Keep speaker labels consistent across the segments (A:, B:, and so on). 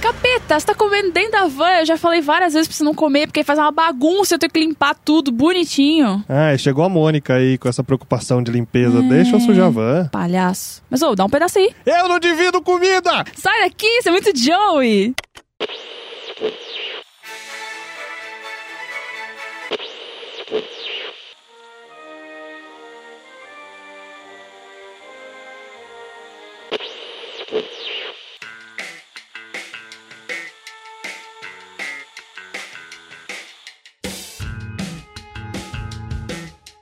A: Capeta, você tá comendo dentro da van. Eu já falei várias vezes pra você não comer, porque faz uma bagunça, eu tenho que limpar tudo bonitinho.
B: Ah, e chegou a Mônica aí com essa preocupação de limpeza.
A: Hum.
B: Deixa eu sujar a van.
A: Palhaço. Mas, ô, dá um pedaço aí.
B: Eu não divido comida!
A: Sai daqui, você é muito Joey.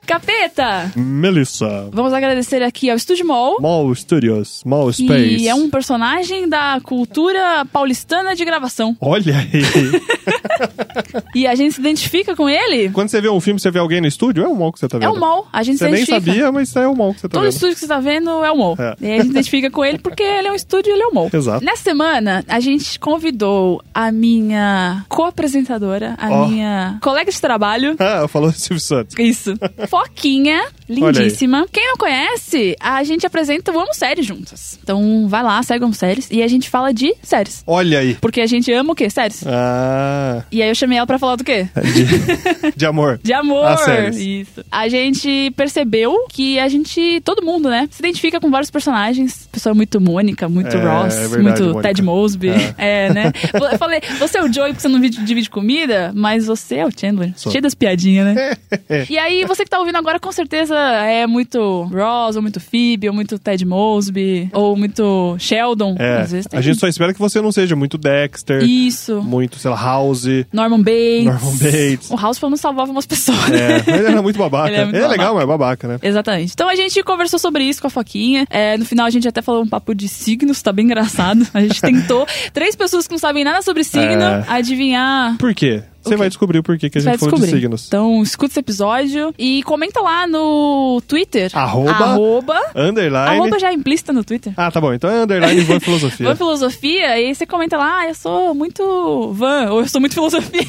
A: Capeta!
B: Melissa.
A: Vamos agradecer aqui ao Estúdio Mall.
B: Mall Studios, Mall Space.
A: Que é um personagem da cultura paulistana de gravação.
B: Olha aí.
A: E a gente se identifica com ele?
B: Quando você vê um filme, você vê alguém no estúdio, é o Mall que você tá
A: É
B: vendo.
A: o Mol. A gente
B: Você
A: se
B: nem
A: identifica.
B: sabia, mas é o Mall que você tá
A: Todo
B: vendo.
A: estúdio que você está vendo é o Mol.
B: É.
A: E aí a gente identifica com ele porque ele é um estúdio e ele é o Mol.
B: Exato.
A: Nessa semana, a gente convidou a minha co-apresentadora, a
B: Ó.
A: minha colega de trabalho.
B: Ah, falou Silvio Santos.
A: Isso. Foquinha,
B: Olha aí.
A: lindíssima. Quem não conhece, a gente apresenta o Amo Séries juntas. Então vai lá, segue o Amo Séries e a gente fala de séries.
B: Olha aí.
A: Porque a gente ama o quê? Séries.
B: Ah,
A: E aí eu chamei ela pra falar do quê?
B: de amor.
A: De amor!
B: Ah, séries.
A: Isso. A gente percebeu que a gente, todo mundo, né, se identifica com vários personagens. Pessoa muito Mônica, muito
B: É,
A: Ross,
B: é verdade,
A: muito
B: Mônica. Ah.
A: Ted Mosby. É. né? Eu falei, você é o Joey porque você não divide divide comida, mas você é o Chandler.
B: Sou. É.
A: Cheio das piadinhas, né? e aí, você que tá ouvindo agora, com certeza é muito Ross, ou muito Phoebe, ou muito Ted Mosby, ou muito Sheldon.
B: É,
A: Às vezes tem.
B: a gente só espera que você não seja muito Dexter,
A: Isso.
B: muito, sei lá, House.
A: Norman Bates.
B: Norman Bates.
A: O House, pelo menos, salvava umas pessoas.
B: É, mas ele era muito babaca.
A: Ele é muito
B: legal, mas é babaca, né?
A: Exatamente. Então a gente conversou sobre isso com a Foquinha. É, no final a gente até falou um papo de signos, tá bem engraçado. A gente tentou. Três pessoas que não sabem nada sobre signo,
B: É.
A: adivinhar.
B: Por quê? Você
A: O
B: vai descobrir o porquê que a
A: Você vai
B: gente falou
A: descobrir.
B: de signos.
A: Então escuta esse episódio e comenta lá no Twitter.
B: Arroba.
A: Arroba.
B: Underline.
A: Arroba já é implícita no Twitter.
B: Ah, tá bom. Então é underline Van Filosofia.
A: Van Filosofia, e aí você comenta lá, ah, eu sou muito Van, ou eu sou muito filosofia.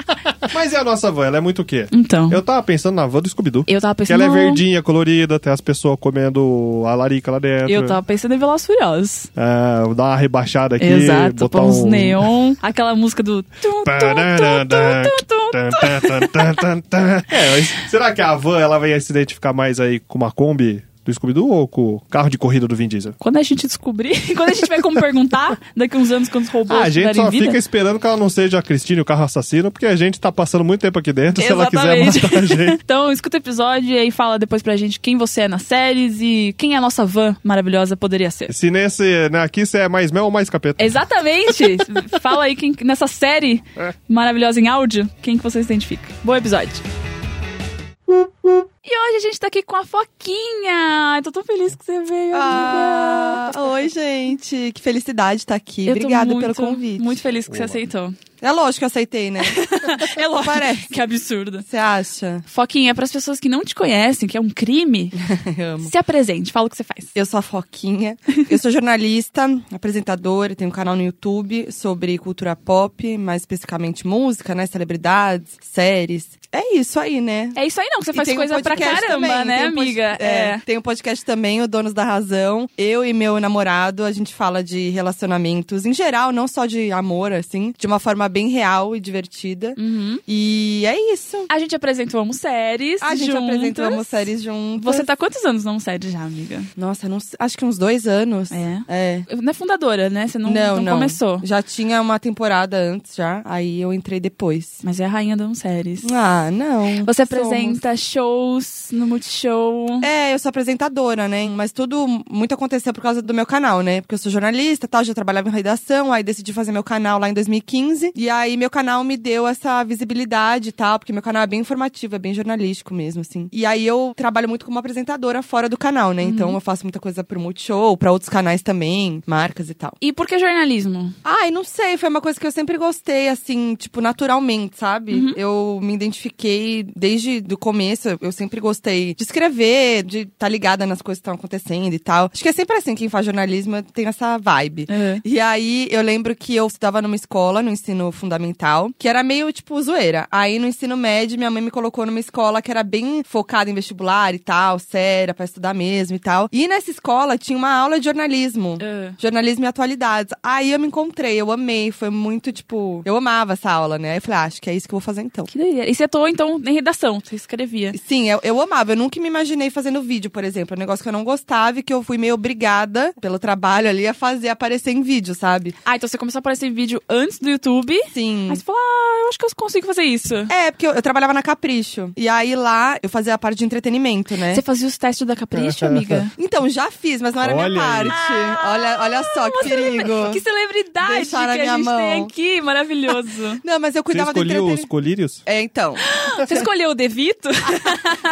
B: Mas e a nossa van? Ela é muito o quê?
A: então, eu,
B: Eu tava pensando na van do Scooby-Doo.
A: tava
B: Que
A: pensando...
B: ela é verdinha, colorida, tem as pessoas comendo a larica lá dentro.
A: Eu tava pensando em Velozes Furiosos.
B: Ah, dar uma rebaixada aqui,
A: Exato,
B: botar
A: pôr uns
B: um...
A: neon. Aquela música do. tum, tum, tum, tum,
B: tá.
A: tum, tum.
B: É, mas será que a van ela vai se identificar mais aí com uma Kombi do Scooby-Doo ou com o carro de corrida do Vin Diesel?
A: Quando a gente descobrir, quando a gente vai como perguntar, daqui uns anos, quando os robôs
B: Ah, a gente
A: tiverem
B: só
A: vida.
B: fica esperando que ela não seja a Cristine, o carro assassino, porque a gente tá passando muito tempo aqui dentro. Se ela
A: Exatamente.
B: quiser matar a gente.
A: então, escuta o episódio e aí fala depois pra gente quem você é nas séries e quem a nossa van maravilhosa poderia ser.
B: Se nesse. Né, aqui você é mais mel ou mais capeta?
A: Exatamente! fala aí quem nessa série
B: É.
A: maravilhosa em áudio, quem que você se identifica. Bom episódio! E hoje a gente tá aqui com a Foquinha! Eu tô tão feliz que você veio. amiga.
C: Ah, oi, gente. Que felicidade estar aqui.
A: Eu tô
C: Obrigada
A: muito,
C: pelo convite.
A: Muito feliz que você aceitou.
C: É lógico que eu aceitei, né?
A: É lógico.
C: Parece.
A: Que absurdo.
C: Você acha?
A: Foquinha, para as pessoas que não te conhecem, que é um crime,
C: Amo.
A: se apresente, fala o que você faz.
C: Eu sou a Foquinha. Eu sou jornalista, apresentadora, tenho um canal no YouTube sobre cultura pop, mais especificamente música, né? Celebridades, séries. É isso aí, né?
A: É isso aí não, que você
C: E
A: faz
C: tem um
A: coisa pra
C: podcast
A: caramba,
C: também,
A: né,
C: tem um pod-
A: amiga?
C: é, Tem um podcast também, o Donos da Razão. Eu e meu namorado, a gente fala de relacionamentos em geral, não só de amor, assim, de uma forma bem real e divertida. E é isso.
A: Uhum. A gente apresentou Amo Séries.
C: A gente
A: juntas.
C: apresenta uma série juntos.
A: Você tá quantos anos no Amo Séries já, amiga?
C: Nossa, não sei, acho que uns dois anos.
A: É?
C: É.
A: Não é fundadora, né? Você não,
C: não, não.
A: começou.
C: Já tinha uma temporada antes, já. Aí eu entrei depois.
A: Mas é a rainha do Amo Séries.
C: Ah, não.
A: Você
C: Somos.
A: apresenta shows no Multishow.
C: É, eu sou apresentadora, né? Mas tudo muito aconteceu por causa do meu canal, né? Porque eu sou jornalista e tal, já trabalhava em redação, aí decidi fazer meu canal lá em 2015. E aí meu canal me deu essa visibilidade e tal, porque meu canal é bem informativo, é bem jornalístico mesmo, assim. E aí eu trabalho muito como apresentadora fora do canal, né? Então eu faço muita coisa pro Multishow, pra outros canais também, marcas e tal.
A: E por que jornalismo?
C: Ai, não sei, foi uma coisa que eu sempre gostei, assim, tipo, naturalmente, sabe? Eu me identifiquei desde o começo, eu sempre sempre gostei de escrever, de estar ligada nas coisas que estão acontecendo e tal. Acho que é sempre assim, quem faz jornalismo tem essa vibe.
A: Uhum.
C: E aí eu lembro que eu estudava numa escola, no ensino fundamental, que era meio tipo zoeira. Aí no ensino médio, minha mãe me colocou numa escola que era bem focada em vestibular e tal, séria, pra estudar mesmo e tal. E nessa escola tinha uma aula de jornalismo.
A: Ah.
C: Jornalismo e atualidades. Aí eu me encontrei, eu amei, foi muito tipo. Eu amava essa aula, né? Aí eu falei, ah, acho que é isso que eu vou fazer então.
A: Que doideira. E você atuou, então, em redação. Você escrevia.
C: Sim, eu, eu amava. Eu nunca me imaginei fazendo vídeo, por exemplo. É um negócio que eu não gostava e que eu fui meio obrigada pelo trabalho ali a fazer aparecer em vídeo, sabe?
A: Ah, então você começou a aparecer em vídeo antes do YouTube.
C: Sim.
A: Aí você falou, ah, eu acho que eu consigo fazer isso.
C: É, porque eu, eu trabalhava na Capricho. E aí lá eu fazia a parte de entretenimento, né?
A: Você fazia os testes da Capricho, amiga?
C: Então, já fiz, mas não era
B: Olha
C: minha
B: aí.
C: parte. olha, olha só que
A: Uma celebra-
C: perigo.
A: Que celebridade
C: Deixaram
A: que a
C: na
A: gente
C: minha
A: tem
C: mão.
A: aqui. Maravilhoso.
C: Não, mas eu
B: Você
C: cuidava do
B: escolheu os
C: entretenimento.
B: colírios?
C: É, então.
A: você escolheu o Devito?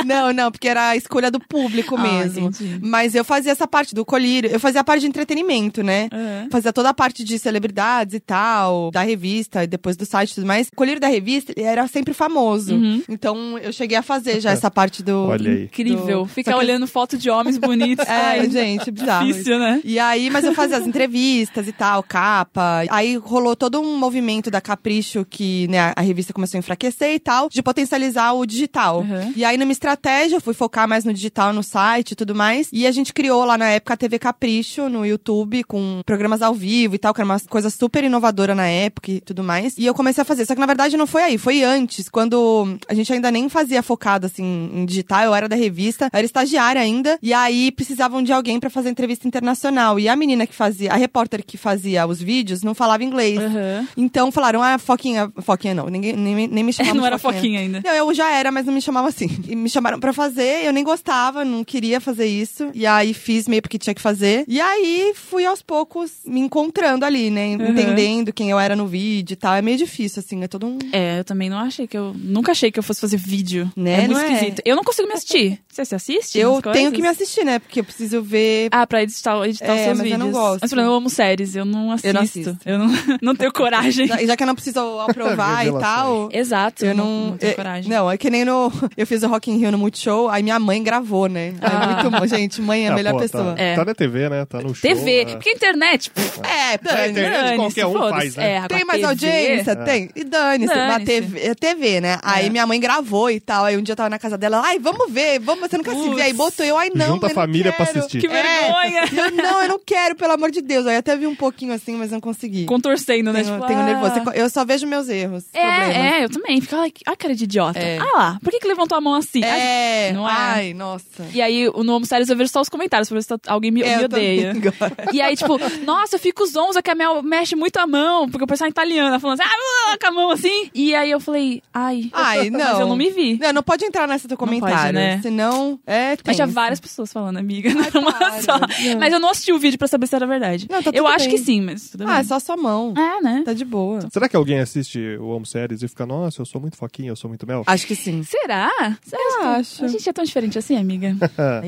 C: Não, não, porque era a escolha do público
A: Ah,
C: mesmo.
A: entendi.
C: Mas eu fazia essa parte do colírio, eu fazia a parte de entretenimento, né?
A: Uhum.
C: Fazia toda a parte de celebridades e tal, da revista, e depois do site e tudo mais. O colírio da revista ele era sempre famoso.
A: Uhum.
C: Então eu cheguei a fazer já essa parte do.
B: Olha aí.
A: Incrível.
C: Do-
A: Ficar
C: Só que-
A: olhando foto de homens bonitos.
C: É,
A: Ai,
C: gente, bizarro. isso.
A: Difícil, né?
C: E aí, mas eu fazia as entrevistas e tal, capa. Aí rolou todo um movimento da Capricho que, né, a revista começou a enfraquecer e tal, de potencializar o digital.
A: Uhum.
C: E aí, numa estratégia, eu fui focar mais no digital, no site e tudo mais. E a gente criou lá na época a TV Capricho no YouTube, com programas ao vivo e tal, que era uma coisa super inovadora na época e tudo mais. E eu comecei a fazer. Só que na verdade não foi aí, foi antes, quando a gente ainda nem fazia focado assim em digital, eu era da revista, eu era estagiária ainda. E aí precisavam de alguém pra fazer entrevista internacional. E a menina que fazia, a repórter que fazia os vídeos, não falava inglês.
A: Aham.
C: Então falaram, ah, Foquinha. Foquinha não, ninguém nem, nem me chamava.
A: É, Não
C: de
A: era Foquinha ainda.
C: não, eu já era, mas não me chamavam assim. E me chamaram pra fazer, eu nem gostava, não queria fazer isso. E aí fiz meio porque tinha que fazer. E aí fui aos poucos me encontrando ali, né?
A: Uhum.
C: Entendendo quem eu era no vídeo e tal. É meio difícil, assim, é todo um.
A: É, eu também não achei que eu. Nunca achei que eu fosse fazer vídeo.
C: Né,
A: É muito
C: não é?
A: esquisito. Eu não consigo me assistir. Você se assiste?
C: Eu
A: nas tipo, coisas?
C: tenho que me assistir, né? Porque eu preciso ver.
A: Ah, pra editar, editar os
C: É,
A: seus
C: mas eu
A: vídeos.
C: não gosto.
A: Mas, por exemplo, eu amo séries, eu não assisto.
C: Eu não assisto.
A: Eu não, não tenho coragem.
C: Já- Já que eu não preciso aprovar e
B: Revelações.
C: tal.
A: Exato.
C: Eu não.
A: tenho
C: é-
A: coragem.
C: Não, é que nem no. Eu fiz o Rock in Rio no Multishow, aí minha mãe gravou, né? Aí
A: Ah.
C: muito bom. Gente, mãe é a
B: Ah,
C: melhor
B: pô,
C: pessoa.
B: Tá,
A: É.
B: tá na TV, né? Tá no show.
A: TV,
B: né?
A: porque a internet. Pff,
C: É,
B: É,
C: dane.
B: internet
A: dane-se,
B: qualquer um faz,
A: foda-se.
B: né?
A: É, agora
C: Tem mais
A: TV,
C: audiência?
B: É.
C: Tem. E dane-se. Na
A: Dane-se.
C: TV, é TV, né? Aí minha mãe gravou e tal. Aí um dia eu tava na casa dela. Ai, vamos ver. Vamos, você não quer se
A: Putz.
C: ver? Aí botou eu. Ai, não.
B: Junta
C: eu
B: a família
C: não
B: pra
C: quero.
B: assistir.
A: Que
C: É.
A: vergonha.
C: Eu, não, eu não quero, pelo amor de Deus. Aí até vi um pouquinho assim, mas não consegui.
A: Contorcendo, né?
C: tenho,
A: tipo,
C: tenho
A: ah.
C: um- nervoso. Eu só vejo meus erros. problemas.
A: É, é, eu também. Ficava, like, ah, cara de idiota.
C: É.
A: Ah lá, por que, que levantou a mão assim? Ah,
C: É.
A: Não é?
C: Ai, nossa.
A: E aí, no Homo Sérios, eu vejo só os comentários pra ver se tá- alguém me,
C: É,
A: me
C: eu também
A: odeia.
C: gosto.
A: E aí, tipo, nossa, eu fico zonza que a Mel mexe muito a mão, porque o pessoal é italiana falando assim, ah, ah, com a mão assim. E aí eu falei, ai,
C: Ai, não.
A: mas eu não me vi.
C: Não, não pode entrar nessa do
A: pode,
C: comentário.
A: né?
C: Senão, é.
A: Mas tinha
C: tenso.
A: várias pessoas falando, amiga, não é uma
C: claro.
A: só.
C: Não.
A: Mas eu não assisti o vídeo pra saber se era verdade.
C: Não, tá
A: eu
C: tudo
A: acho
C: bem.
A: que sim, mas tudo
C: Ah, é
A: bem.
C: só sua mão.
A: É, né?
C: Tá de boa.
B: Será que alguém assiste o Homo Séries e fica, nossa, eu sou muito foquinha, eu sou muito mel?
C: Acho que sim.
A: Será? Será que
C: acho.
A: A gente é tão diferente assim, amiga?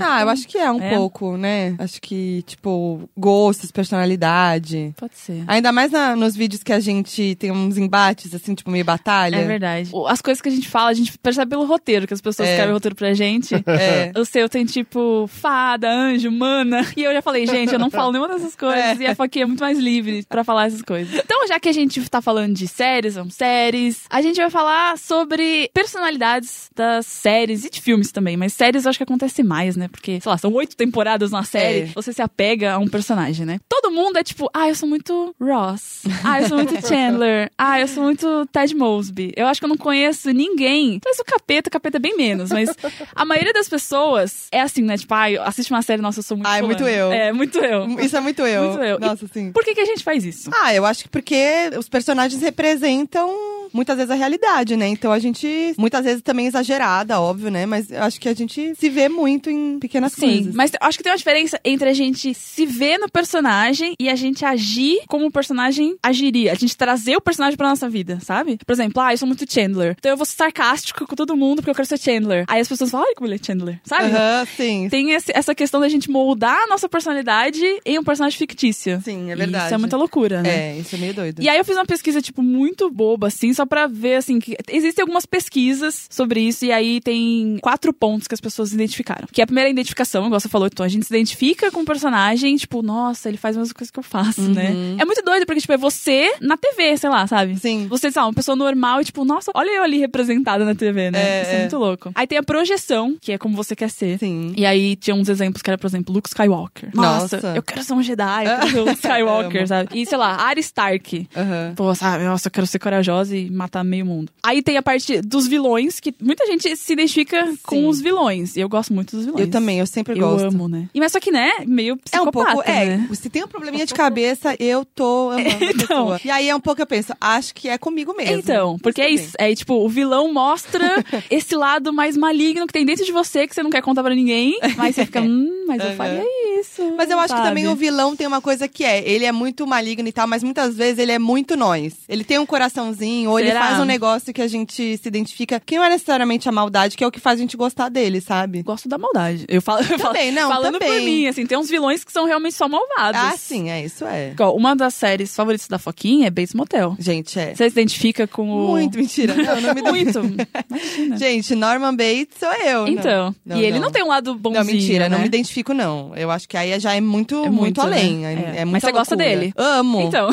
C: Ah, eu acho que é um
A: É.
C: pouco, né? Acho que, tipo, gostos, personalidade.
A: Pode ser.
C: Ainda mais na- nos vídeos que a gente tem uns embates, assim, tipo, meio batalha.
A: É verdade. O- As coisas que a gente fala, a gente percebe pelo roteiro, que as pessoas
C: É.
A: escrevem o roteiro pra gente.
C: É.
A: O seu tem tipo fada, anjo, mana. E eu já falei, gente, eu não falo nenhuma dessas coisas.
C: É.
A: E a Foquinha é muito mais livre pra falar essas coisas. Então, já que a gente tá falando de séries, vamos séries, a gente vai falar sobre personalidades das séries e de filmes também. Mas séries eu acho que acontece mais, né? Porque, sei lá, são oito temporadas na série.
C: É.
A: Você se apega a um personagem, né? Todo mundo é tipo, ah, eu sou muito Ross. Ah, eu sou muito Chandler. Ah, eu sou muito Ted Mosby. Eu acho que eu não conheço ninguém. Mas o capeta, o capeta é bem menos. Mas a maioria das pessoas é assim, né? Tipo, ah, eu- assiste uma série, nossa, eu sou muito
C: Ah, é muito
A: fulano.
C: eu.
A: É, muito eu.
C: Isso é muito eu.
A: Muito eu.
C: Nossa, sim.
A: Por que, que a gente faz isso?
C: Ah, eu acho que porque os personagens representam muitas vezes a realidade, né? Então a gente, muitas vezes também exagerada, óbvio, né? Mas eu acho que a gente se vê muito em pequenas
A: Sim,
C: coisas.
A: mas eu acho que tem uma diferença entre a gente se ver no personagem e a gente agir como o personagem agiria. A gente trazer o personagem pra nossa vida, sabe? Por exemplo, ah, eu sou muito Chandler. Então eu vou ser sarcástico com todo mundo porque eu quero ser Chandler. Aí as pessoas falam, olha como ele é Chandler, sabe?
C: Aham, sim.
A: Tem esse- essa questão da gente moldar a nossa personalidade em um personagem fictício.
C: Sim, é
A: E
C: verdade.
A: Isso é muita loucura, né?
C: É, isso é meio doido.
A: E aí eu fiz uma pesquisa, tipo, muito boba, assim, só pra ver, assim, que existem algumas pesquisas sobre isso, e aí tem quatro pontos que as pessoas identificaram. Que a primeira é a identificação, igual você falou, então a gente se identifica com o personagem, tipo, nossa, ele faz a mesma coisa que eu faço,
C: Uhum.
A: né? É muito doido, porque, tipo, é você na TV, sei lá, sabe?
C: Sim.
A: Você, sei lá, uma pessoa normal e, tipo, nossa, olha eu ali representada na TV, né?
C: É,
A: Isso é
C: é.
A: muito louco. Aí tem a projeção, que é como você quer ser.
C: Sim.
A: E aí tinha uns exemplos que era, por exemplo, Luke Skywalker. Nossa,
C: Nossa.
A: eu quero ser um Jedi, eu quero ser Luke Skywalker,
C: Amo.
A: sabe? E sei lá, Arya Stark.
C: Aham.
A: Pô, sabe, nossa, eu quero ser corajosa e matar meio mundo. Aí tem a parte dos vilões, que muita gente se identifica com os vilões. E eu gosto muito dos vilões.
C: Eu também, eu sempre
A: Eu
C: gosto.
A: amo, né? E, mas só que, né, meio
C: É
A: psicopata,
C: um pouco,
A: né?
C: é, se tem um probleminha de cabeça, eu tô amando a
A: Então.
C: pessoa. E aí é um pouco eu penso, acho que é comigo mesmo.
A: Então, porque é
C: Mas tudo
A: isso. É tipo, o vilão mostra esse lado mais maligno que tem dentro de você, que você não quer contar pra ninguém. Mas você fica, hum, mas eu
C: É. Aham.
A: faria isso.
C: Mas eu acho que também
A: sabe?
C: o vilão tem uma coisa que é, ele é muito maligno e tal, mas muitas vezes ele é muito nós. Ele tem um coraçãozinho, ou ele
A: Será?
C: faz um negócio que a gente se identifica, que não é necessariamente a maldade, que é o que faz a gente gostar dele, sabe?
A: gosto da maldade. Eu falo, eu falo-
C: Também, não,
A: falando por
C: também.
A: mim, assim, tem uns vilões que são realmente só malvados.
C: Ah, sim, é, isso é.
A: Igual, Uma das séries favoritas da Foquinha é Bates Motel.
C: Gente, é.
A: Você se identifica com o...
C: Muito mentira. Não, não me dá.
A: Muito. né?
C: Gente, Norman Bates sou eu. não.
A: Então,
C: Não,
A: e ele não.
C: não
A: tem um lado bonzinho,
C: Não, mentira,
A: né?
C: não me identifico, não. Eu acho que aí já é muito,
A: É
C: muito,
A: muito, né?
C: além. É,
A: É.
C: é
A: Mas
C: muita
A: você gosta
C: loucura.
A: dele?
C: Amo.
A: Então,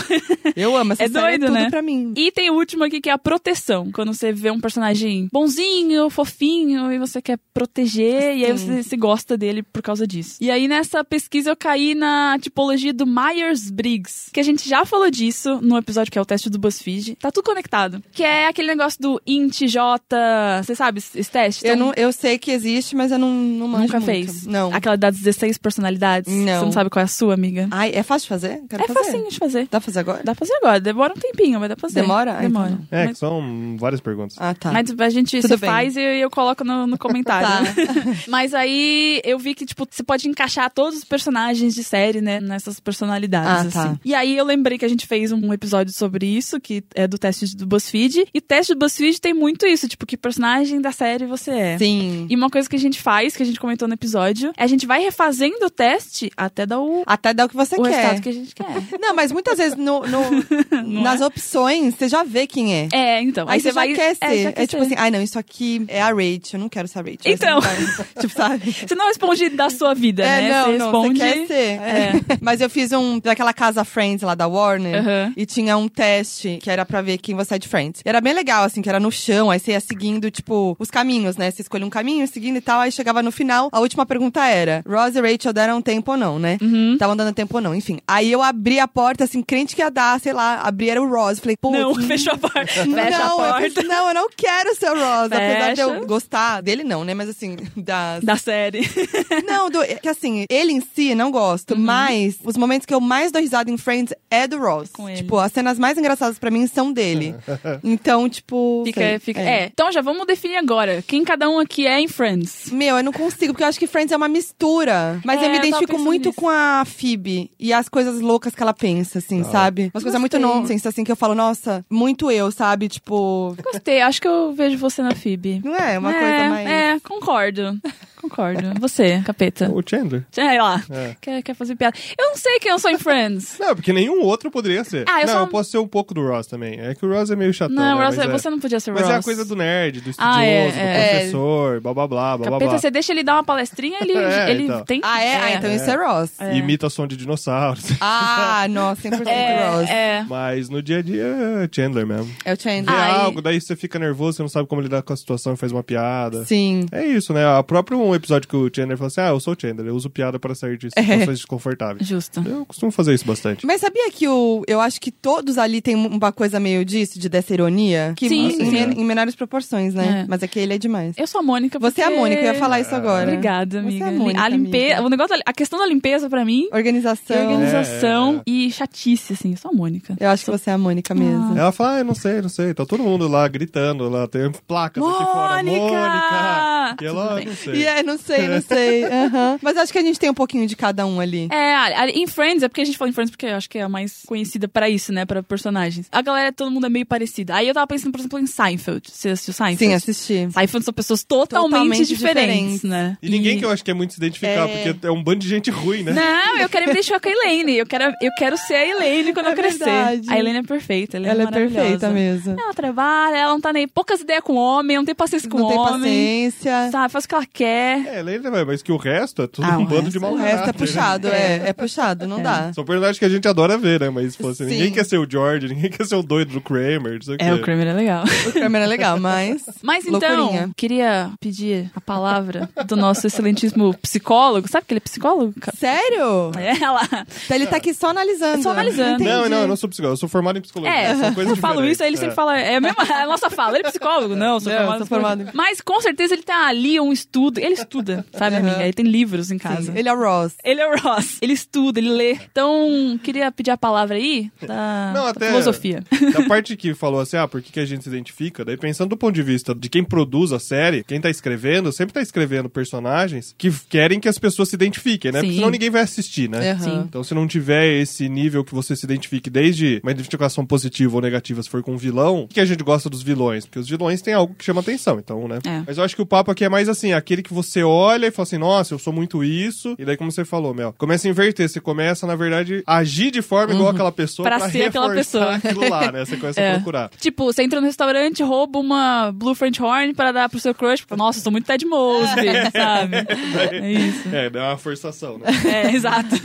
C: eu amo essa
A: é
C: série,
A: doido,
C: tudo
A: né?
C: pra mim.
A: e tem o último aqui que é a proteção. Quando você vê um personagem bonzinho, fofinho, e você quer proteger,
C: Ah,
A: e aí você se gosta dele por causa disso. E aí nessa pesquisa eu caí na tipologia do Myers-Briggs, que a gente já falou disso no episódio que é o teste do BuzzFeed. Tá tudo conectado. Que é aquele negócio do INT, J, você sabe esse teste?
C: Eu,
A: Então,
C: não, eu sei que existe, mas eu não, não manjo
A: Nunca
C: muito.
A: fez?
C: Não.
A: Aquela das 16 personalidades?
C: Não.
A: Você não sabe qual é a sua, amiga?
C: Ai, é fácil de fazer? Quero
A: é
C: fazer.
A: facinho de fazer.
C: Dá pra fazer agora?
A: Dá pra fazer agora, demora um tempinho, mas dá pra fazer.
C: Demora? Ah,
A: Demora.
C: então.
B: É, que
A: mas,
B: são várias perguntas.
C: Ah, tá.
A: mas a gente
C: Tudo
A: se
C: bem.
A: faz e eu, eu coloco no, no comentário. né?
C: Tá.
A: mas aí eu vi que, tipo, você pode encaixar todos os personagens de série, né? Nessas personalidades,
C: Ah, tá.
A: assim. E aí eu lembrei que a gente fez um episódio sobre isso, que é do teste do BuzzFeed. E o teste do BuzzFeed tem muito isso, tipo, que personagem da série você é.
C: Sim.
A: E uma coisa que a gente faz, que a gente comentou no episódio, é a gente vai refazendo o teste até dar o,
C: Até dá o que Ah, você
A: o resultado
C: quer.
A: que a gente quer.
C: Não, mas muitas vezes no, no- nas opções você já vê quem é.
A: É, então.
C: Aí, você
A: você vai.
C: já quer
A: é,
C: ser.
A: já
C: É, tipo assim, ai não, isso aqui é a Rachel, eu não quero ser a Rachel.
A: Então.
C: Essa não vai- tipo, sabe?
A: Você não responde da sua vida, né?
C: É, não,
A: você responde.
C: não, você quer ser.
A: É.
C: Mas eu fiz um daquela casa Friends lá da Warner
A: Aham.
C: e tinha um teste que era pra ver quem você é de Friends. Era bem legal, assim, que era no chão, aí você ia seguindo, tipo, os caminhos, né? Você escolhe um caminho, seguindo e tal, aí chegava no final, a última pergunta era: Rose e Rachel deram tempo ou não, né?
A: Uhum.
C: Estavam dando tempo ou não, enfim. Aí eu abri a porta, assim, crente que ia dar, sei lá, abri era o Rose. Falei, pô,
A: Não, fechou a porta. Fecha
C: não,
A: a
C: eu
A: porta
C: fiz, não, eu não quero ser o Rosa. Apesar de
A: Fecha.
C: eu gostar dele, não, né? Mas assim, das.
A: da série.
C: Não, do, que assim, ele em si não gosto,
A: Uhum.
C: mas os momentos que eu mais dou risada em Friends é do Ross.
A: Com ele.
C: tipo, as cenas mais engraçadas pra mim são dele. então, tipo. sei,
A: Fica, fica. É. Então já vamos definir agora. Quem cada um aqui é em Friends.
C: Meu, eu não consigo, porque eu acho que Friends é uma mistura. Mas
A: É,
C: eu
A: eu
C: me
A: tava
C: identifico
A: pensando
C: muito
A: nisso.
C: com a Phoebe e as coisas loucas que ela pensa, assim, sabe? Umas coisas muito
A: Gostei.
C: nonsense, assim, que eu falo, nossa, muito eu, sabe? Tipo.
A: Gostei, acho que eu vejo você na Phoebe.
C: Não é uma coisa mais.
A: É, concordo. Concordo. Você, capeta.
B: O Chandler.
A: Sei lá.
B: É.
A: Quer, quer fazer piada. Eu não sei quem eu sou em Friends.
B: Não, porque nenhum outro poderia ser.
A: Ah, eu
B: não,
A: sou-
B: eu posso ser um pouco do Ross também. É que o Ross é meio chatão,
A: Não,
B: né?
A: Ross,
B: Mas é-
A: você não podia ser
B: Mas
A: Ross.
B: é a coisa do nerd, do estudioso,
A: Ah, é,
B: do
A: é.
B: professor, blá blá blá, blá blá
A: Capeta,
B: blá.
A: você deixa ele dar uma palestrinha, ele,
B: É,
A: ele
B: então.
A: tem.
C: Ah, é? Ah, então isso é Ross.
A: É.
B: Imita som de dinossauros.
C: Ah, nossa, 100% Ross.
A: É,
C: É.
A: é.
B: Mas no dia a dia é Chandler mesmo.
C: o Chandler.
B: Vê
A: Ah, e-
B: algo, daí você fica nervoso, você não sabe como lidar com a situação e faz uma piada.
C: Sim.
B: É isso, né? O próprio um episódio que o Chandler falou assim: Ah, eu sou o Chandler, eu uso piada pra sair
A: É.
B: de situações desconfortáveis.
A: Justo.
B: Eu costumo fazer isso bastante.
C: Mas sabia que o, eu acho que todos ali tem um, uma coisa meio disso, de dessa ironia? Que
A: Sim.
C: Em, men-
B: Sim.
C: em menores proporções, né?
A: É.
C: Mas é que ele é demais.
A: Eu sou a Mônica.
C: Você é a
A: porque-
C: Mônica, eu ia falar isso agora.
A: Obrigada,
C: Você
A: amiga.
C: é a Mônica,
A: limpeza,
C: amiga.
A: o negócio, da- a questão da limpeza pra mim,
C: Organização.
A: é organização
B: É, é, é.
A: e chatice assim, eu sou a Mônica.
C: Eu acho que você é a Mônica mesmo.
B: Ela fala, ah, eu não sei, não sei. Tá todo mundo lá gritando, lá tem placas aqui fora.
A: Mônica!
B: Mônica! E ela,
A: Tudo
B: ah,
A: bem.
B: não sei.
C: E é, não sei, não sei. Aham. Mas acho que a gente tem um pouquinho de cada um ali.
A: É, a- a- em Friends, é porque a gente fala em Friends porque eu acho que é a mais conhecida pra isso, né, Pra personagens. A galera, todo mundo é meio parecida. Aí eu tava pensando, por exemplo, em Seinfeld. Você assistiu Seinfeld?
C: Sim, assisti.
A: Seinfeld são pessoas totalmente,
C: Totalmente
A: diferentes,
C: diferentes.
A: né?
B: E ninguém que eu acho que é muito se identificar,
C: É.
B: porque é um bando de gente ruim, né?
A: Não, eu quero me deixar com a Elaine. Eu quero, eu quero ser a Elaine quando
C: É
A: eu crescer.
C: verdade.
A: A Elaine é perfeita. Ela,
C: Ela é
A: maravilhosa.
C: perfeita mesmo.
A: Ela trabalha, ela não tá nem. Poucas ideias com homem, não tem paciência com
C: não tem
A: homem.
C: paciência.
A: Sabe, faz o que ela quer.
B: É, ele vai, mas que o resto é tudo
C: Ah,
B: um
C: o
B: bando
C: resto-
B: de mau
C: O resto é
B: caráter, né?
C: puxado, é. É puxado, não dá.
B: São personagens que a gente adora ver, né? Mas, tipo assim,
C: Sim.
B: ninguém quer ser o George, ninguém quer ser o doido do Kramer, não sei o quê.
A: É, o Kramer é legal.
C: O câmera é legal, mas.
A: Mas então,
C: Loucurinha.
A: queria pedir a palavra do nosso excelentíssimo psicólogo. Sabe que ele é psicólogo? ca-
C: Sério?
A: É, ela.
C: Então ele tá aqui só analisando.
A: Só analisando.
C: Entendi.
B: Não, não, eu não sou psicólogo, eu sou formado em psicologia.
A: É,
B: são coisas
A: eu falo
B: diferentes.
A: isso, aí ele
B: É.
A: sempre fala. É a, mesma, é a nossa fala. Ele é psicólogo? Não, eu sou
C: Não,
A: formado.
C: eu sou
A: em psicologia.
C: formado.
A: Mas com certeza ele tá ali, um estudo. Ele estuda, sabe,
C: Aham.
A: amiga? Ele tem livros em
C: Sim,
A: casa.
C: Ele é o Ross.
A: Ele é o Ross. Ele estuda, ele lê. Então, queria pedir a palavra aí da,
B: Não,
A: da
B: até-
A: filosofia.
B: Da parte que falou assim, ah, por que, que a gente se identifica? Daí pensando do ponto de vista de quem produz a série, quem tá escrevendo, sempre tá escrevendo personagens que f- querem que as pessoas se identifiquem, né? Porque
A: Sim.
B: senão ninguém vai assistir, né?
C: Aham.
A: Sim.
B: Então, se não tiver esse nível que você se identifique, desde uma identificação positiva ou negativa, se for com um vilão, o que a gente gosta dos vilões? Porque os vilões têm algo que chama atenção, então, né?
A: É.
B: Mas eu acho que o papo aqui é mais assim, aquele que você olha e fala assim, nossa, eu sou muito isso. E daí, como você falou, Mel, começa a inverter. Você começa, na verdade, a agir de forma igual
A: Uhum.
B: aquela pessoa
A: Pra
B: pra,
A: ser aquela
B: reforçar
A: pessoa.
B: aquilo lá, né? Você começa
A: É.
B: a procurar.
A: Tipo, você entra no restaurante, rouba uma Blue French Horn pra dar pro seu crush. Tipo, Nossa, eu sou muito Ted Mosby, sabe? É isso.
B: É, dá uma forçação, né?
A: É, exato.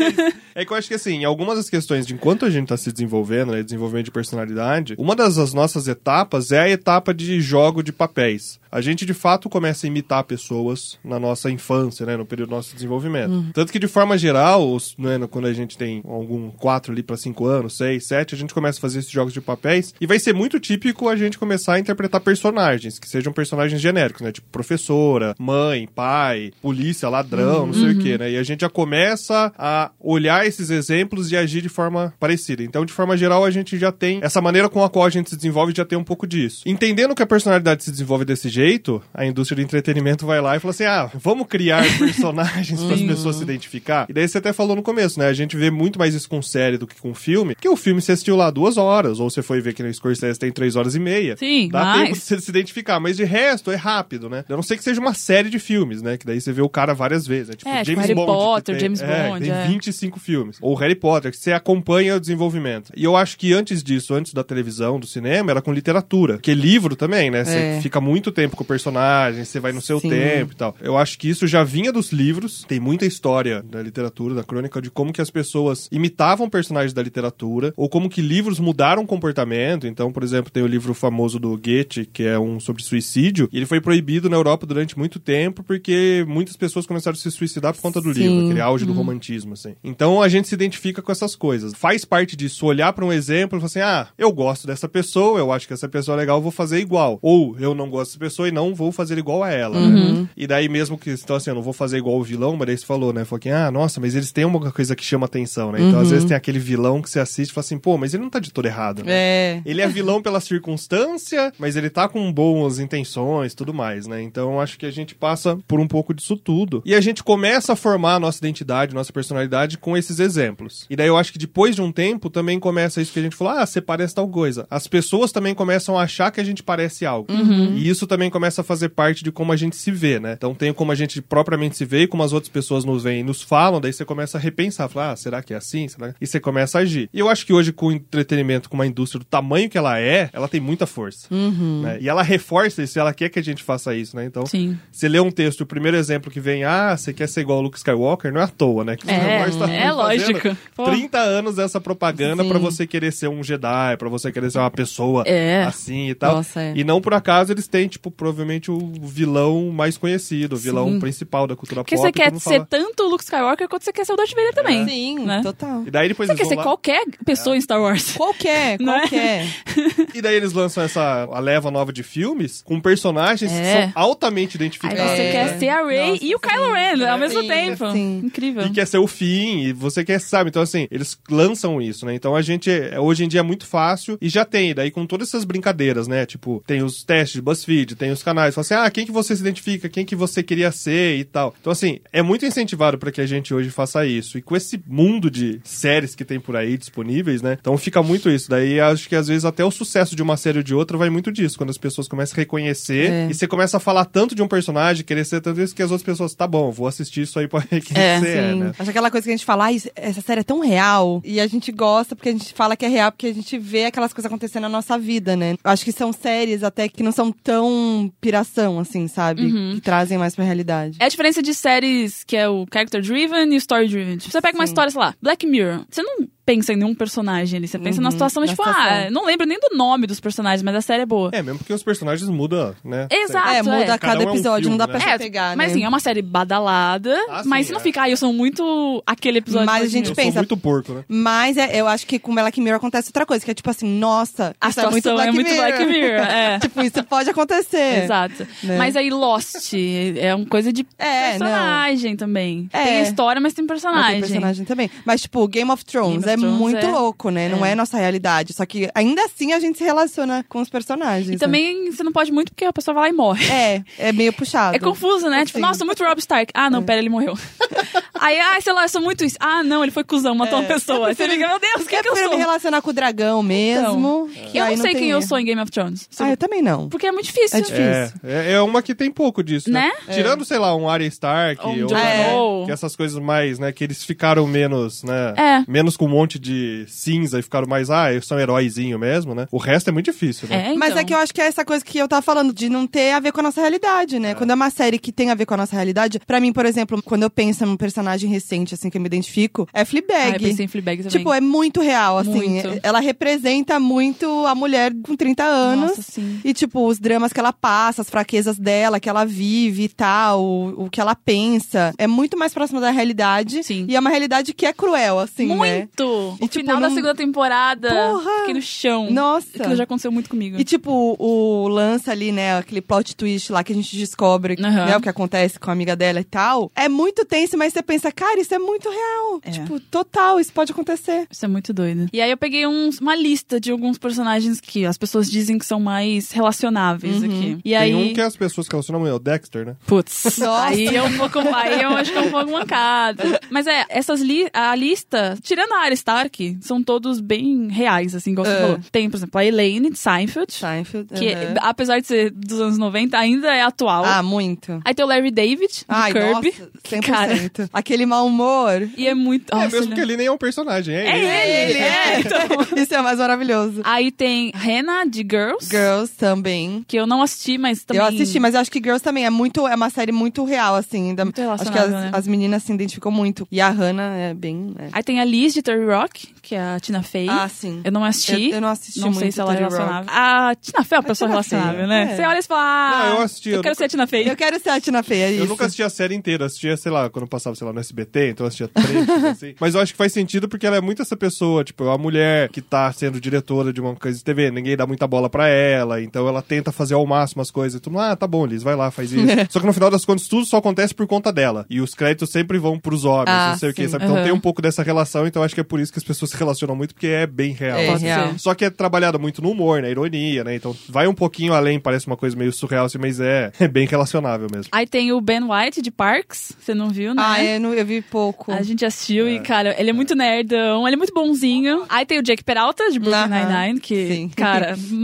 B: É que eu acho que, assim, em algumas das questões de enquanto a gente tá se desenvolvendo, né, desenvolvimento de personalidade, uma das as nossas etapas é a etapa de jogo de papéis. A gente, de fato, começa a imitar pessoas na nossa infância, né, no período do nosso desenvolvimento.
A: Uhum.
B: Tanto que, de forma geral, os- né, no- quando a gente tem algum 4 ali pra 5 anos, 6, 7, a gente começa a fazer esses jogos de papéis e vai ser muito típico a gente começar a interpretar personagens, que sejam personagens genéricos, né, tipo professora, mãe, pai, polícia, ladrão, não sei o quê, né? E a gente já começa a olhar esses exemplos e agir de forma parecida. Então, de forma geral, a gente já tem essa maneira com a qual a gente se desenvolve já tem um pouco disso. Entendendo que a personalidade se desenvolve desse jeito, a indústria do entretenimento vai lá e fala assim: "Ah, vamos criar personagens para as pessoas se identificar". E daí você até falou no começo, né? A gente vê muito mais isso com série do que com filme, que o filme você assistiu lá duas horas, ou você foi ver que no Scorsese tem três horas e meia.
A: Sim,
B: Dá
A: mas-
B: tempo de você se identificar, mas de resto é rápido, né? A não ser que seja uma série de filmes, né? Que daí você vê o cara várias vezes. né? Tipo,
A: É, tipo
B: James
A: Harry
B: Bond.
A: Potter,
B: que tem,
A: James
B: é,
A: Bond,
B: Tem
A: é.
B: 25 filmes. Ou Harry Potter, que você acompanha o desenvolvimento. E eu acho que antes disso, antes da televisão, do cinema, era com literatura. Porque livro também, né? Você
C: É.
B: fica muito tempo com o personagem, você vai no seu
C: Sim.
B: tempo e tal. Eu acho que isso já vinha dos livros. Tem muita história da literatura, da crônica, de como que as pessoas imitavam personagens da literatura, ou como que livros mudaram o comportamento. Então, por exemplo, tem o livro famoso do Goethe, que é um sobre suicídio, e ele foi proibido na Europa durante muito tempo, porque muitas pessoas começaram a se suicidar por conta do
C: Sim.
B: livro, aquele auge do romantismo, assim. Então a gente se identifica com essas coisas. Faz parte disso olhar pra um exemplo e falar assim: ah, eu gosto dessa pessoa, eu acho que essa pessoa é legal, vou fazer igual. Ou eu não gosto dessa pessoa e não vou fazer igual a ela. Né? E daí mesmo que, então assim, eu não vou fazer igual o vilão, mas daí você falou, né? Falou que, ah, nossa, mas eles têm uma coisa que chama atenção, né? Então às vezes tem aquele vilão que você assiste e fala assim: pô, mas ele não tá de todo errado, né?
C: É.
B: Ele é vilão pela circunstância, mas ele tá com boas intenções, tudo mais, né? Então acho que a gente passa por um pouco disso tudo. E a gente começa a formar a nossa identidade, nossa personalidade com esses exemplos. E daí eu acho que depois de um tempo também começa isso que a gente falou: ah, você parece tal coisa. As pessoas também começam a achar que a gente parece algo.
A: Uhum.
B: E isso também começa a fazer parte de como a gente se vê, né? Então tem como a gente propriamente se vê e como as outras pessoas nos veem e nos falam, daí você começa a repensar, falar, ah, será que é assim? Será que-" E você começa a agir. E eu acho que hoje, com o entretenimento, com uma indústria do tamanho que ela é, ela tem muita força.
A: Uhum.
B: né? E ela reforça isso, ela quer que a gente faça isso, né? Então,
A: Hum. Sim.
B: você lê um texto, o primeiro exemplo que vem, ah, você quer ser igual ao Luke Skywalker, não é à toa, né? Que o
A: É,
B: Star Wars
A: é
B: fazendo
A: lógico. Pô.
B: 30 anos dessa propaganda
C: Sim.
B: pra você querer ser um Jedi, pra você querer ser uma pessoa
A: É.
B: assim e tal.
C: Nossa, é.
B: E não por acaso eles têm, tipo, provavelmente o vilão mais conhecido, o vilão
A: Sim.
B: principal da cultura
A: Porque
B: pop.
A: você quer
B: todo mundo
A: ser
B: fala.
A: tanto o Luke Skywalker quanto você quer ser o Darth Vader também.
C: Sim,
A: Né?
C: total.
B: E daí depois
A: Você
B: eles
A: quer
B: vão
A: ser
B: lá-
A: qualquer pessoa em Star Wars.
C: Qualquer,
A: Não é?
C: qualquer.
B: E daí eles lançam essa a leva nova de filmes com personagens que
A: É.
B: são
A: Aí
B: altamente identificados.
A: você
C: É.
A: quer ser a Rey
C: Nossa,
A: e o Kylo Ren né, ao mesmo
C: Sim,
A: tempo.
C: sim.
A: Incrível.
B: E quer ser o fim, e você quer, sabe? Então, assim, eles lançam isso, né? Então a gente, é, hoje em dia, é muito fácil e já tem. Daí, com todas essas brincadeiras, né? Tipo, tem os testes de BuzzFeed, tem criarem os canais. Falam assim, ah, quem que você se identifica, quem que você queria ser e tal. Então, assim, é muito incentivado para que a gente hoje faça isso. E com esse mundo de séries que tem por aí disponíveis, né? Então fica muito isso. Daí acho que às vezes até o sucesso de uma série ou de outra vai muito disso, quando as pessoas começam a reconhecer
C: É.
B: e você começa a falar tanto de um personagem, querer ser tanto isso que as outras pessoas, tá bom, vou assistir isso aí pra ver quem
C: É,
B: você é,
C: sim.
B: né?
C: Acho aquela coisa que a gente fala, "Ai, essa série é tão real. E a gente gosta porque a gente fala que é real, porque a gente vê aquelas coisas acontecendo na nossa vida, né? Eu Acho que são séries até que não são tão piração, assim, sabe? Que trazem mais pra realidade.
A: Uhum. É a diferença de séries que é o character driven e story driven. Tipo, você pega uma história, sei lá, Black Mirror. Você não pensa em nenhum personagem ali. Você pensa na situação, mas
C: na
A: tipo,
C: situação.
A: ah, não lembro nem do nome dos personagens, mas a série é boa.
B: É, mesmo porque os personagens mudam, né?
A: Exato.
C: É, muda
A: é.
C: a cada
B: Cada um é um
C: episódio, não dá
B: filme,
C: pra
B: né?
C: se pegar,
A: mas
C: né?
A: assim, é uma série badalada,
B: Ah,
A: mas
B: sim,
A: você não
B: é.
A: fica, ah, eu sou muito aquele episódio.
C: Mas a
A: Black
C: gente
A: Mirror."
B: Eu
C: pensa-
B: sou muito porco, né?
C: Mas é- eu acho que com Black Mirror acontece outra coisa, que é tipo assim, nossa,
A: A
C: isso é muito
A: situação
C: Black
A: é muito
C: Mirror.
A: Black Mirror, é.
C: tipo, isso pode acontecer.
A: Exato.
C: Né?
A: Mas aí Lost é uma coisa de
C: É, não.
A: personagem também.
C: É.
A: Tem história, mas tem
C: Mas
A: personagem.
C: tem personagem também. Mas, tipo, Game of
A: Game
C: Thrones
A: of
C: é
A: Thrones
C: muito
A: é-
C: louco, né? Não é. nossa realidade. Só que ainda assim a gente se relaciona com os personagens.
A: E
C: né?
A: também você não pode muito porque a pessoa vai lá e morre.
C: É, é meio puxado.
A: É confuso, né? Tipo,
C: Sim. É.
A: nossa, muito Rob Stark. Ah, não, pera, ele morreu. Aí, ah, sei lá, eu sou muito isso. Ah, não, ele foi cuzão, matou
C: É.
A: uma pessoa. Aí Você
C: prefiro-
A: fica, meu Deus, o que,
C: eu
A: que eu
C: prefiro
A: sou? Então,
C: me relacionar com o dragão mesmo. que
A: Eu
C: aí
A: não sei
C: tem
A: quem eu
C: erro.
A: sou em Game of Thrones.
C: Ah, eu também não.
A: Porque é muito difícil.
C: É difícil.
B: É, é, é uma que tem pouco disso, né?
A: Né?
B: Tirando, sei lá, um Arya Stark
A: Ou um
B: ou
A: Jon
B: né,
A: Snow.
B: que essas coisas mais, né, que eles ficaram menos, né,
A: É.
B: menos com um monte de cinza e ficaram mais, ah, eles são heróizinho mesmo, né? O resto é muito difícil, né?
A: É,
C: Mas
A: então.
C: é que eu acho que é essa coisa que eu tava falando, de não ter a ver com a nossa realidade, né? Quando é uma série que tem a ver com a nossa realidade, pra mim, por exemplo, quando eu penso num personagem recente, assim, que eu me identifico, é
A: Ah, eu
C: Fleabag.
A: pensei em Fleabag também.
C: Tipo, é muito real, assim.
A: Muito.
C: Ela representa muito a mulher com 30 anos.
A: Nossa, sim.
C: E, tipo, os dramas que ela passa, as fraquezas dela, que ela vive e tal, o, o que ela pensa. É muito mais próximo da realidade.
A: Sim.
C: E é uma realidade que é cruel, assim, né?
A: Muito!
C: E,
A: o
C: tipo,
A: final da
C: não-
A: segunda temporada.
C: Porra!
A: Fiquei no chão.
C: Nossa.
A: Aquilo É já aconteceu muito comigo.
C: E tipo, o lance ali, né? Aquele plot twist lá que a gente descobre
A: Aham.
C: né, o que acontece com a amiga dela e tal. É muito tenso, mas você pensa, cara, isso é muito real.
A: É.
C: Tipo, total, isso pode acontecer.
A: Isso é muito doido. E aí eu peguei uns- uma lista de alguns personagens que as pessoas dizem que são mais
C: Uhum.
A: relacionáveis aqui. E
B: Tem
A: aí.
B: um que as pessoas que relacionam é o Dexter, né?
A: Putz,
C: Nossa.
A: aí eu, um pouco, aí eu acho que é um pouco mancado. Mas é, essas li a lista, tirando a Arya Stark, são todos bem reais, assim, igual você
C: Ah. Tá.
A: falou. Tem, por exemplo, a Elaine de Seinfeld,
C: Seinfeld.
A: que apesar de ser dos anos 90, ainda é atual.
C: Ah, muito.
A: Aí tem o Larry David, do
C: Ai,
A: Kirby.
C: nossa,
A: que
C: 100%.
A: Cara,
C: Aquele mau humor.
A: e é muito...
B: É
A: Nossa,
B: mesmo
A: ele-
B: que ele nem é um personagem, é,
A: É
B: ele.
A: ele, é, então.
C: Isso é mais maravilhoso.
A: Aí tem Hannah, de Girls.
C: Girls também.
A: Que eu não assisti, mas também...
C: Eu assisti, mas eu acho que Girls também é muito, é uma série muito real, assim. Ainda,
A: Muito
C: acho que
A: relacionável,
C: as,
A: né?
C: as meninas se identificam muito. E a Hannah é bem. né?
A: Aí tem a Liz, de 30 Rock, que é a Tina Fey.
C: Ah, sim.
A: Eu não assisti.
C: Eu- eu não assisti
A: sei
C: muito
A: se ela é
C: 30 Rock.
A: relacionável. A Tina Fey é uma pessoa
C: Tina Fey,
A: relacionável, né?
C: é.
A: Você olha e fala, ah,
B: Não, eu assisti, eu
A: quero
B: nunca-
A: ser a Tina Fey.
C: Eu quero ser a Tina Feia, É isso.
B: Eu nunca assisti a série inteira, eu assistia, sei lá, quando eu passava, sei lá, no SBT, então eu assistia trechos, assim. Mas eu acho que faz sentido porque ela é muito essa pessoa, tipo, a mulher que tá sendo diretora de uma coisa de TV, ninguém dá muita bola pra ela, então ela tenta fazer ao máximo as coisas. E tudo, ah, tá bom, Liz, vai lá, faz isso. só que no final das contas, tudo só acontece por conta dela. E os créditos sempre vão pros homens,
C: Ah,
B: não sei o quê,
C: sim.
B: sabe? Então
A: Aham.
B: tem um pouco dessa relação, então acho que é por isso que as pessoas se relacionam muito, porque é bem real.
C: É,
B: assim.
A: Pode
C: real.
A: ser.
B: Só que é trabalhado muito no humor, na ironia, né? Então vai um pouquinho além, parece uma coisa meio surreal, assim, mas é, é bem relacionável mesmo.
A: Aí tem o Ben White, de Parks. Você não viu, né?
C: Ah, eu, não- eu vi pouco.
A: A gente assistiu e, cara, ele é muito nerdão, ele é muito bonzinho. Aí tem o Jake Peralta, de Brooklyn
C: Aham.
A: Nine-Nine, que,
C: Sim.
A: cara, metade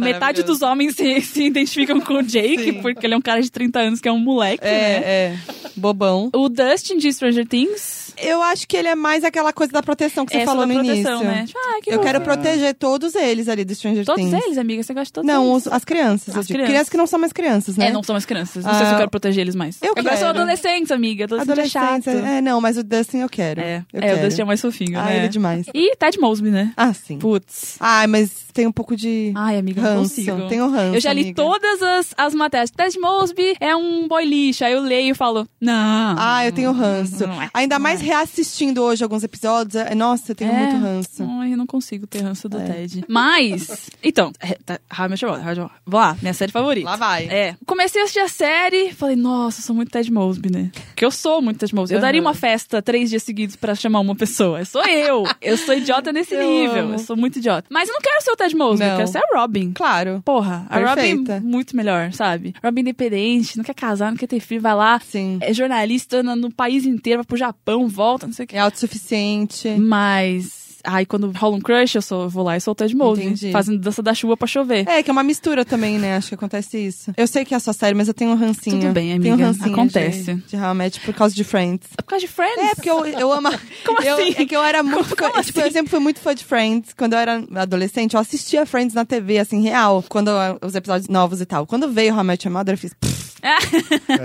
C: Maravilhoso.
A: dos homens se, se identificam com o Jake,
C: Sim.
A: porque ele é um cara de 30 anos que é um moleque, né?
C: É, é. Bobão.
A: O Dustin, de Stranger Things,
C: Eu acho que ele é mais aquela coisa da proteção que você
A: é
C: falou
A: sobre
C: no
A: proteção,
C: início.
A: né? Tipo, ah, que
C: Eu
A: bom.
C: quero proteger todos eles ali do Stranger
A: Todos
C: Things.
A: eles, amiga, você gosta de todos
C: Não,
A: eles?
C: os- as crianças.
A: As
C: eu digo.
A: crianças.
C: crianças que não são mais crianças, né?
A: É, não são mais crianças. Não sei se eu
C: Ah,
A: quero proteger eles mais.
C: eu
A: Agora são
C: quero.
A: adolescentes, amiga. Adolescente,
C: Adolescentes.
A: é chato.
C: É, não, mas o Dustin eu quero.
A: É,
C: eu
A: é,
C: quero.
A: o Dustin é mais fofinho,
C: Ah,
A: né?
C: ele é demais.
A: E Ted Mosby, né?
C: Ah, sim.
A: Putz.
C: Ah, mas tem um pouco de
A: Ai, amiga, não
C: ranço.
A: consigo.
C: Tem o ranço,
A: eu já li
C: amiga.
A: todas as, as matérias. Ted Mosby é um boy lixo. Aí eu leio e falo, Não.
C: Ah, eu tenho ranço.
A: Não é.
C: Ainda mais reassistindo hoje alguns episódios. é- Nossa, eu tenho
A: É.
C: muito É. ranço.
A: Ai, eu não consigo ter ranço do Ted. Mas, então, é, tá, How I Met Your Mother, How I Met Your Mother. Vou lá, minha série favorita.
C: Lá vai.
A: É. Comecei a assistir a série, falei, nossa, eu sou muito Ted Mosby, né? Porque eu sou muito Ted Mosby. Eu daria uma festa três dias seguidos pra chamar uma pessoa. Sou eu. Eu sou idiota nesse
C: Eu
A: nível.
C: amo.
A: Eu sou muito idiota. Mas eu não quero ser o Ted Mosby, eu
C: Não.
A: quero ser a Robin.
C: Claro.
A: Porra, a
C: Perfeita.
A: Robin muito melhor, sabe? Robin independente, não quer casar, não quer ter filho, vai lá,
C: Sim.
A: é jornalista no, no país inteiro, vai pro Japão, volta, não sei o que.
C: É autossuficiente.
A: Mas. Aí quando rola um crush, eu, sou, eu vou lá e sou o Ted Mosby,
C: Entendi.
A: fazendo dança da chuva pra chover.
C: É, que é uma mistura também, né? Acho que acontece isso. Eu sei que é a sua série, mas eu tenho um rancinho.
A: Tudo bem,
C: Tenho um
A: amiga.
C: rancinho
A: Acontece.
C: De, de How I Met por causa de Friends.
A: É por causa de Friends.
C: É, porque eu, eu amo.
A: Como
C: eu,
A: assim?
C: É que eu era muito. fã, tipo, eu sempre fui muito fã de Friends. Quando eu era adolescente, eu assistia Friends na TV, assim, real. Quando eu- os episódios novos e tal. Quando veio How I Met Your Mother, eu fiz. "Pff,
A: É.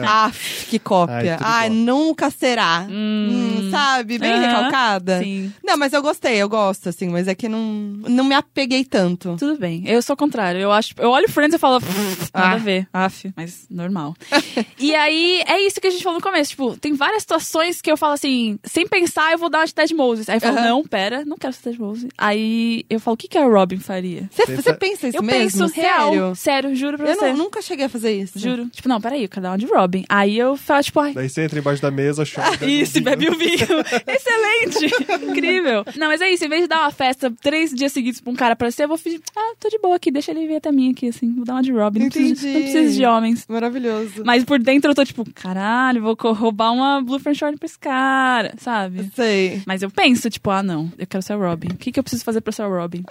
C: Ah, que
B: Ai,
C: cópia.
B: tudo
C: Ai,
B: bom.
C: nunca será. Hum, sabe? Bem
A: Aham,
C: recalcada.
A: sim.
C: Não, mas eu gostei, eu gosto, assim, mas é que não, não me apeguei tanto.
A: Tudo bem. Eu sou o contrário. Eu acho, eu olho Friends e falo, "Pff, nada
C: Ah.
A: a ver. Af, mas normal. e aí é isso que a gente falou no começo, tipo, tem várias situações que eu falo assim, sem pensar, eu vou dar uma de Ted Moses. Aí eu falo,
C: Aham.
A: não, pera, não quero ser Ted Moses. Aí eu falo, o que que a Robin faria?
C: Você
B: Pensa-
C: você pensa É isso
A: eu
C: mesmo?
A: penso real,
C: Sério?
A: sério, juro pra
C: Eu
A: você.
C: não- nunca cheguei a fazer isso.
A: Juro. Tipo, não, peraí, eu quero dar uma de Robin. Aí eu falo, tipo, ai,
B: Daí você entra embaixo da mesa, chora. bebe um
A: Isso,
B: vinho.
A: bebe o vinho. Excelente! Incrível. Não, mas é isso. Em vez de dar uma festa três dias seguidos pra um cara aparecer, eu vou fingir. Ah, tô de boa aqui, deixa ele vir até mim aqui, assim. Vou dar uma de Robin. Não preciso,
C: Entendi.
A: não preciso de homens.
C: Maravilhoso.
A: Mas por dentro eu tô tipo, caralho, vou co- roubar uma Blue French Short pra esse cara, sabe?
C: Sei.
A: Mas eu penso, tipo, ah, não, eu quero ser a Robin. O que, que eu preciso fazer pra ser a Robin?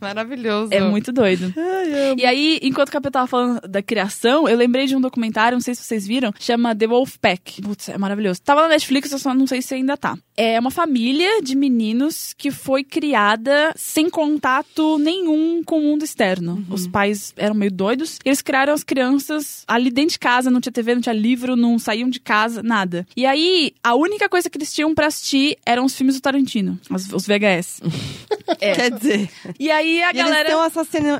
C: Maravilhoso.
A: É muito doido. E aí, enquanto o Capitão tava falando da criação, eu lembrei de um documentário, não sei se vocês viram, chama The Wolf Pack. Putz, é maravilhoso. Tava na Netflix, eu só não sei se ainda tá. É uma família de meninos que foi criada sem contato nenhum com o mundo externo.
C: Uhum.
A: Os pais eram meio doidos. E eles criaram as crianças ali dentro de casa, não tinha TV, não tinha livro, não saíam de casa, nada. E aí, a única coisa que eles tinham pra assistir eram os filmes do Tarantino, os, os VHS.
C: É. Quer dizer,
A: E aí a
C: e
A: galera.
C: eles são assassino-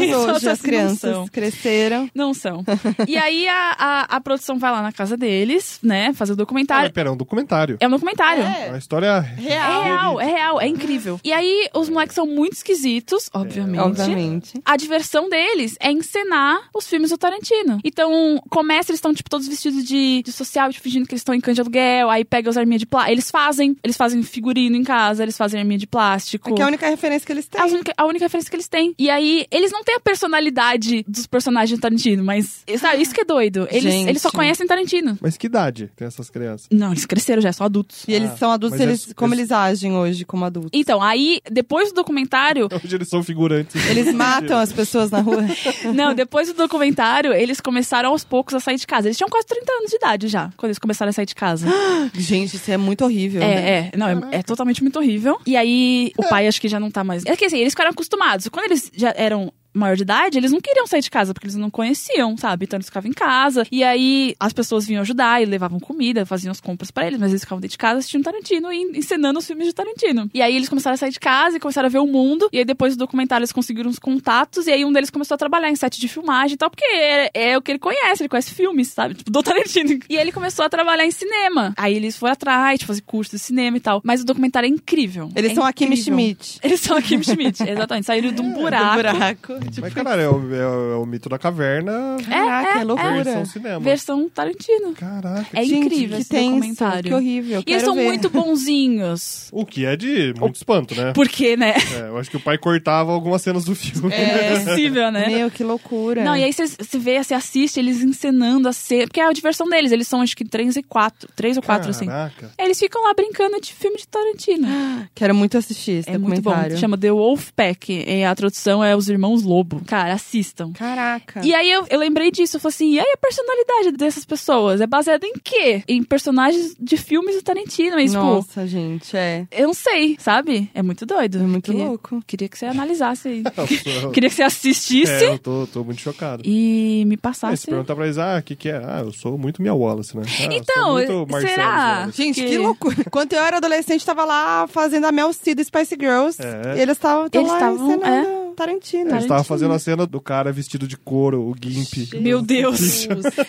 A: Eles são
C: hoje, as
A: assassinos,
C: crianças
A: são.
C: cresceram.
A: Não são. e aí a, a, a produção vai lá na casa deles, né? Fazer o
B: Ah, mas
A: documentário.
B: pera, é um documentário.
A: É um documentário.
B: É uma história
A: É real, é real, é incrível. E aí, os moleques são muito esquisitos, obviamente.
C: Obviamente. É
A: A diversão deles é encenar os filmes do Tarantino. Então, começa, eles estão, tipo, todos vestidos de, de social, tipo, fingindo que eles estão em cães de aluguel, aí pega as arminhas de plástico. Eles fazem, eles fazem figurino em casa, eles fazem arminha de plástico.
C: É que é a única referência que eles têm.
A: É a única, a única referência que eles têm. E aí, eles não têm a personalidade dos personagens do Tarantino, mas. Sabe, isso que é doido. Eles,
C: Gente.
A: eles só conhecem Tarantino.
B: Mas que idade tem essas crianças?
A: Não, eles cresceram já, são adultos.
C: E eles
B: Ah,
C: são adultos,
B: mas
C: eles,
B: é-
C: como
B: é-
C: eles agem hoje como adultos?
A: Então, aí, depois do documentário.
B: Hoje eles são figurantes.
C: Eles matam as pessoas na rua.
A: não, depois do documentário, eles começaram aos poucos a sair de casa. Eles tinham quase 30 anos de idade já, quando eles começaram a sair de casa.
C: Gente, isso é muito horrível.
A: É, é. Não, é, é totalmente muito horrível. E aí, o pai acho que já não tá mais. É que assim, eles ficaram acostumados. Quando eles já eram maior de idade, eles não queriam sair de casa, porque eles não conheciam, sabe? Então eles ficavam em casa. E aí, as pessoas vinham ajudar e levavam comida, faziam as compras pra eles, mas eles ficavam dentro de casa assistindo Tarantino e encenando os filmes de Tarantino. E aí, eles começaram a sair de casa e começaram a ver o mundo. E aí, depois do documentário, eles conseguiram uns contatos. E aí, um deles começou a trabalhar em set de filmagem e tal, porque é, é o que ele conhece, ele conhece filmes, sabe? Tipo, do Tarantino. E ele começou a trabalhar em cinema. Aí, eles foram atrás, tipo, fazer curso de cinema e tal. Mas o documentário é incrível.
C: Eles
A: É
C: são a Kimi
A: incrível.
C: Schmidt.
A: Eles são a Kim Schmidt, exatamente. Saíram de um buraco.
C: Do buraco.
B: Mas, caralho, é o, é o- é o mito da caverna
C: Caraca, é, loucura.
B: versão cinema.
A: Versão Tarantino.
B: Caraca.
A: É
C: Gente,
A: incrível
C: que
A: esse
C: tenso,
A: documentário.
C: Que horrível.
A: E eles
C: quero
A: são
C: ver.
A: muito bonzinhos.
B: O que é de muito espanto, né?
A: Porque, né?
B: É, eu acho que o pai cortava algumas cenas do filme.
A: É possível, né?
C: Meu, que loucura.
A: Não, e é aí você você vê, você assiste eles encenando a ser. Porque é a diversão deles. Eles são, acho que, três e quatro. Três ou quatro, assim.
B: Caraca.
A: Eles ficam lá brincando de filme de Tarantino.
C: Quero muito assistir Ah, esse
A: É muito bom.
C: documentário.
A: Chama The Wolf Pack. E a tradução é Os Irmãos Lobo. Cara, assistam.
C: Caraca.
A: E aí eu, eu lembrei disso, eu falei assim, e aí a personalidade dessas pessoas é baseada em quê? Em personagens de filmes do Tarantino, mas tipo,
C: Nossa, gente, é.
A: eu não sei, sabe? É muito doido.
C: É muito
A: queria,
C: louco.
A: Queria que você analisasse aí.
B: Eu sou-
A: queria que você assistisse
B: É, eu tô, tô muito chocado.
A: e me
B: Mas se
A: passasse.
B: perguntar pra eles, ah, o que que é? Ah, eu sou muito Mia Wallace, né? Ah, eu sou
A: Então,
B: muito Marcelo
A: será?
B: Wallace.
C: Gente,
A: Que-
C: que loucura. Quando eu era adolescente, tava lá fazendo a Mel C do Spice Girls.
B: É.
C: E eles estavam tão
A: Eles é.
C: lá
A: estavam,
C: encenando Tarantino.
B: Ele
A: Tarantino.
B: estava fazendo a cena do cara vestido de couro, o Gimp.
A: Meu Deus.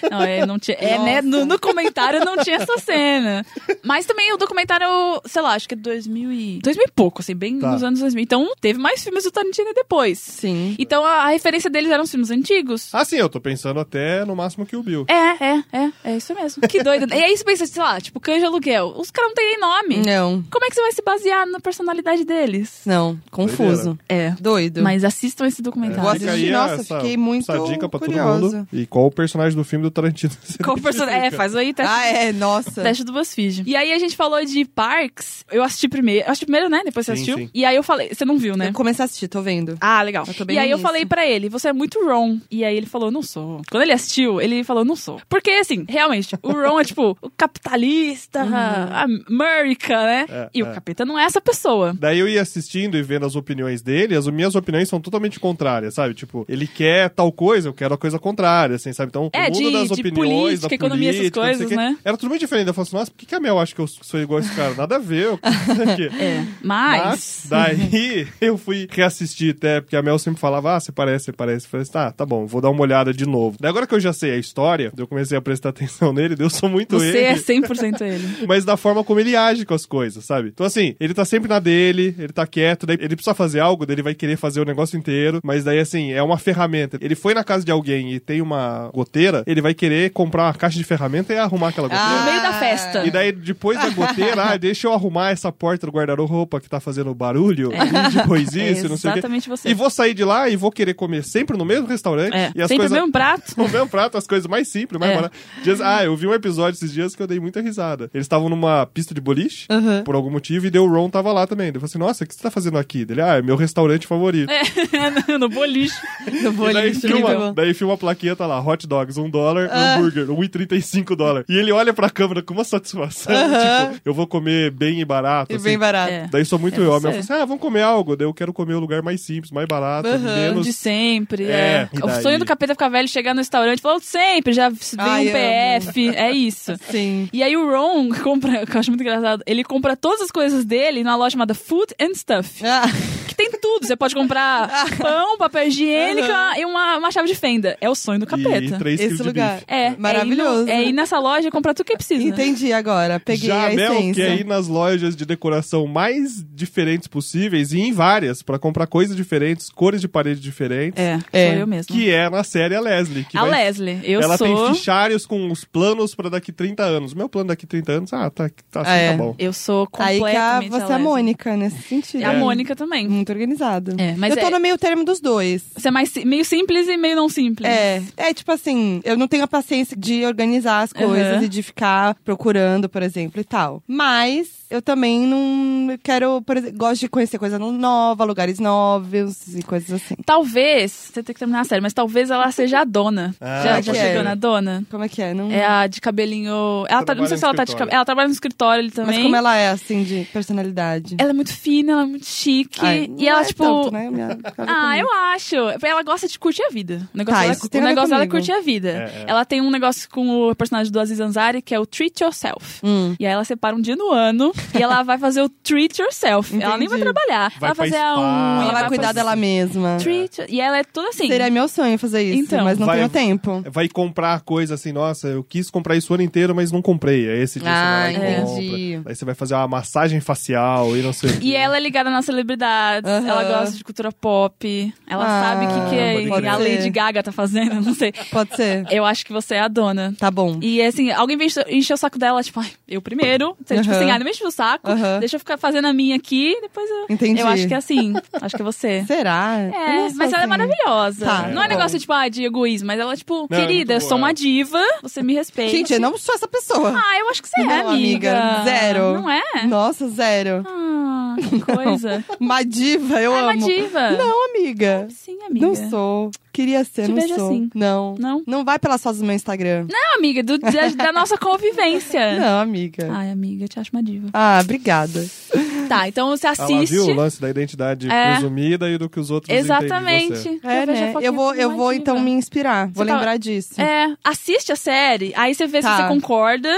A: Não, é, não tinha, é né, no, no comentário não tinha essa cena. Mas também o documentário, sei lá, acho que é 2000 e... 2000 e pouco, assim, bem
B: Tá.
A: nos anos 2000. Então teve mais filmes do Tarantino depois.
C: Sim.
A: Então a, a referência deles eram os filmes antigos.
B: Ah, sim, eu tô pensando até no máximo que o Bill.
A: É, é, é, é isso mesmo. Que doido. e aí você pensa, sei lá, tipo, canja de aluguel. Os caras não têm nem nome.
C: Não,
A: Como é que você vai se basear na personalidade deles?
C: não. Confuso.
A: É.
C: Doido.
A: Mas assistam esse
C: Vou
A: documentário.
C: assistir, nossa, fiquei muito
B: É, Essa dica pra
C: curiosa.
B: todo mundo. E qual o personagem do filme do Tarantino?
A: Qual person- É, faz aí, teste.
C: Ah, é, nossa.
A: Teste do BuzzFeed. E aí a gente falou de Parks. Eu assisti primeiro. Eu assisti primeiro, né? Depois você
B: Sim,
A: assistiu.
B: sim.
A: E aí eu falei... Você não viu, né?
C: Eu comecei a assistir, tô vendo.
A: Ah, legal.
C: Eu tô bem
A: E aí eu
C: nisso.
A: falei pra ele, você é muito Ron. E aí ele falou, não sou. Quando ele assistiu, ele falou, não sou. Porque, assim, realmente, o Ron é tipo o capitalista, a
C: Uhum.
A: América, né?
B: É,
A: e
B: é.
A: o capeta não é essa pessoa.
B: Daí eu ia assistindo e vendo as opiniões dele, as minhas opiniões são totalmente contrárias, sabe? Tipo, ele quer tal coisa, eu quero a coisa contrária, assim, sabe? Então,
A: É,
B: o mundo
A: de-
B: das
A: de
B: opiniões,
A: política,
B: da
A: economia, essas
B: política, não sei o
A: coisas,
B: quê,
A: né?
B: Era totalmente diferente. Eu falo assim, nossa, por que, que a Mel acha que eu sou igual a esse cara? Nada a ver. Eu...
A: É.
B: Mas, daí eu fui reassistir até, porque a Mel sempre falava, ah, você parece, você parece. Eu falei assim, ah, tá bom, vou dar uma olhada de novo. Daí agora que eu já sei a história, eu comecei a prestar atenção nele, daí eu sou muito
A: Você
B: ele
A: é 100% ele.
B: mas da forma como ele age com as coisas, sabe? Então, assim, ele tá sempre na dele, ele tá quieto, daí ele precisa fazer algo, daí ele vai querer fazer o negócio inteiro, mas daí, assim, é uma ferramenta. Ele foi na casa de alguém e tem uma goteira, ele vai querer comprar uma caixa de ferramenta e arrumar aquela goteira.
A: No meio
C: Ah.
A: da festa.
B: E daí, depois da goteira, ah, deixa eu arrumar essa porta do guarda-roupa que tá fazendo barulho, e depois isso,
A: é
B: não sei o quê.
A: exatamente você.
B: E vou sair de lá e vou querer comer sempre no mesmo restaurante.
A: É,
B: e as
A: sempre
B: coisas
A: o mesmo prato.
B: no mesmo prato, as coisas mais simples, mais
A: É.
B: baratas. Dias- ah, eu vi um episódio esses dias que eu dei muita risada. Eles estavam numa pista de boliche,
C: Uhum.
B: por algum motivo, e deu o Ron tava lá também. Ele falou assim, nossa, o que você tá fazendo aqui? Ele, ah, é meu restaurante favorito.
A: É, no boliche.
C: Eu vou
B: E daí,
C: ali,
B: filma,
C: incrível.
B: daí filma a plaquinha, tá lá, hot dogs, um dólar,
C: Ah.
B: hambúrguer, 1,35 dólar. E ele olha pra câmera com uma satisfação,
C: Aham.
B: tipo, eu vou comer bem e barato.
C: E
B: assim.
C: bem barato.
A: É.
B: Daí sou muito
A: É
B: eu. A
A: você.
B: minha falou assim, ah, vamos comer algo. Daí eu quero comer o lugar mais simples, mais barato,
C: Aham.
B: menos...
A: De sempre,
B: É,
A: é.
B: e daí?
A: O sonho do capeta ficar velho, chegar no restaurante e falar, sempre, já vem
C: Ai,
A: um PF, é isso.
C: Sim.
A: E aí o Ron compra, que eu acho muito engraçado, ele compra todas as coisas dele numa loja chamada Food and Stuff,
C: Ah,
A: que tem tudo. Você pode comprar pão, papel higiênico
C: Aham.
A: e uma, uma chave de fenda. É o sonho do
B: E
A: capeta.
B: 3
C: esse
B: quilos de
C: lugar.
B: bife.
A: É,
C: Maravilhoso. né?
A: É ir, no- é ir nessa loja e comprar tudo que precisa. né?
C: Entendi agora. Peguei
B: Já né,
C: a
B: a Mel
C: essência.
B: quer é ir nas lojas de decoração mais diferentes possíveis e em várias pra comprar coisas diferentes, cores de parede diferentes,
A: É,
C: É.
A: sou eu mesmo.
B: que é na série a Leslie. Que
A: A
B: vai-
A: Leslie, eu
B: ela
A: sou...
B: tem fichários com os planos pra daqui 30 anos. Meu plano daqui 30 anos, ah, tá, tá, assim,
C: Ah, é.
B: tá bom.
A: Eu sou
C: Aí que a,
A: completamente
C: você é a
A: Leslie.
C: Mônica, nesse sentido.
B: É.
A: E a Mônica também.
C: Muito organizado.
A: É, mas
C: eu tô
A: é-
C: no meio termo dos dois.
A: Você é mais, si- meio simples e meio não simples.
C: É, é tipo assim, eu não tenho a paciência de organizar as coisas
A: Uhum.
C: e de ficar procurando, por exemplo, e tal. Mas eu também não quero, por exemplo, gosto de conhecer coisa no- nova, lugares novos e coisas assim.
A: Talvez, você tem que terminar a série, mas talvez ela seja a dona.
B: Ah,
A: já já
C: pode
A: chegou
C: ser.
A: na dona?
C: Como é que é? Não...
A: É a de cabelinho. Ela tá,
B: Trabalha
A: não sei se
B: no
A: ela tá de
B: escritório.
A: cabelo. Ela trabalha no escritório ele também.
C: Mas como ela é, assim, de personalidade?
A: Ela é muito fina, ela é muito chique.
C: Ai, não
A: e ela,
C: é
A: tipo.
C: tanto, né? Minha-
A: Ah, eu acho. Ela gosta de curtir a vida. O negócio,
C: Tá,
A: dela,
C: isso tem
A: o
C: a ver
A: negócio dela é
C: comigo.
A: curtir a vida.
B: É, é.
A: Ela tem um negócio com o personagem do Aziz Ansari, que é o Treat Yourself.
C: Hum.
A: E aí ela separa um dia no ano e ela vai fazer o Treat Yourself. Ela nem vai
C: Entendi.
A: trabalhar.
B: Vai
A: ela vai assim, fazer
B: pra
A: a
B: spa.
A: unha.
C: Ela vai
B: Ela
C: cuidar
B: faz-
C: dela mesma.
A: Treat. E ela é toda assim.
C: Seria meu sonho fazer isso,
A: Então.
C: mas não
B: Vai-
C: tenho tempo.
B: Vai comprar coisa assim, nossa, eu quis comprar isso o ano inteiro, mas não comprei. É esse dia
C: Ah,
B: você vai lá e
C: entendi.
B: compra. Aí você vai fazer uma massagem facial e não sei o quê.
A: E ela é ligada nas celebridades,
C: Aham.
A: ela gosta de cultura pop, ela
C: Ah,
A: sabe o que, é que
B: pode
A: a
C: crer.
A: Lady Gaga tá fazendo, não sei.
C: Pode ser?
A: Eu acho que você é a dona.
C: Tá bom.
A: E assim, alguém vem encher o saco dela, tipo, ai, eu primeiro. Você, Tipo
C: Aham.
A: assim, ah, não me enche o saco,
C: Aham.
A: deixa eu ficar fazendo a minha aqui, depois eu.
C: Entendi.
A: Eu acho que é assim, acho que é você.
C: Será? Eu
A: É,
C: não sou
A: mas ela é
C: assim.
A: maravilhosa.
C: Tá,
A: não é
C: tá
A: negócio, tipo, ah, de egoísmo, mas ela, é tipo,
B: Não, é
A: querida, eu
B: muito
A: sou
B: boa.
A: uma diva, você me respeita.
C: Gente, eu não sou essa pessoa.
A: Ah, eu acho que você é,
C: Não, amiga, zero.
A: Não é?
C: Nossa, zero.
A: Ah, que coisa.
C: Uma diva, eu
A: é
C: amo.
A: uma diva.
C: Não, amiga.
A: Sim, amiga.
C: Não sou. Queria ser,
A: Te
C: não
A: vejo
C: sou.
A: assim. Né?
C: Não.
A: Não?
C: Não vai pelas fotos do meu Instagram.
A: Não, amiga, do- da, da nossa convivência.
C: Não, amiga.
A: Ai, amiga, eu te acho uma diva.
C: Ah, obrigada.
A: Tá, então você
B: Ah lá,
A: assiste.
B: viu o lance da identidade
A: É.
B: presumida e do que os outros entendem de você.
A: Exatamente.
C: É,
A: Eu vejo a
C: né?
A: foquinha
C: Eu vou, eu vou
A: filmadinha.
C: então me inspirar. Vou
A: Você tá-
C: lembrar disso.
A: É, assiste a série, aí você vê
C: Tá.
A: se você concorda.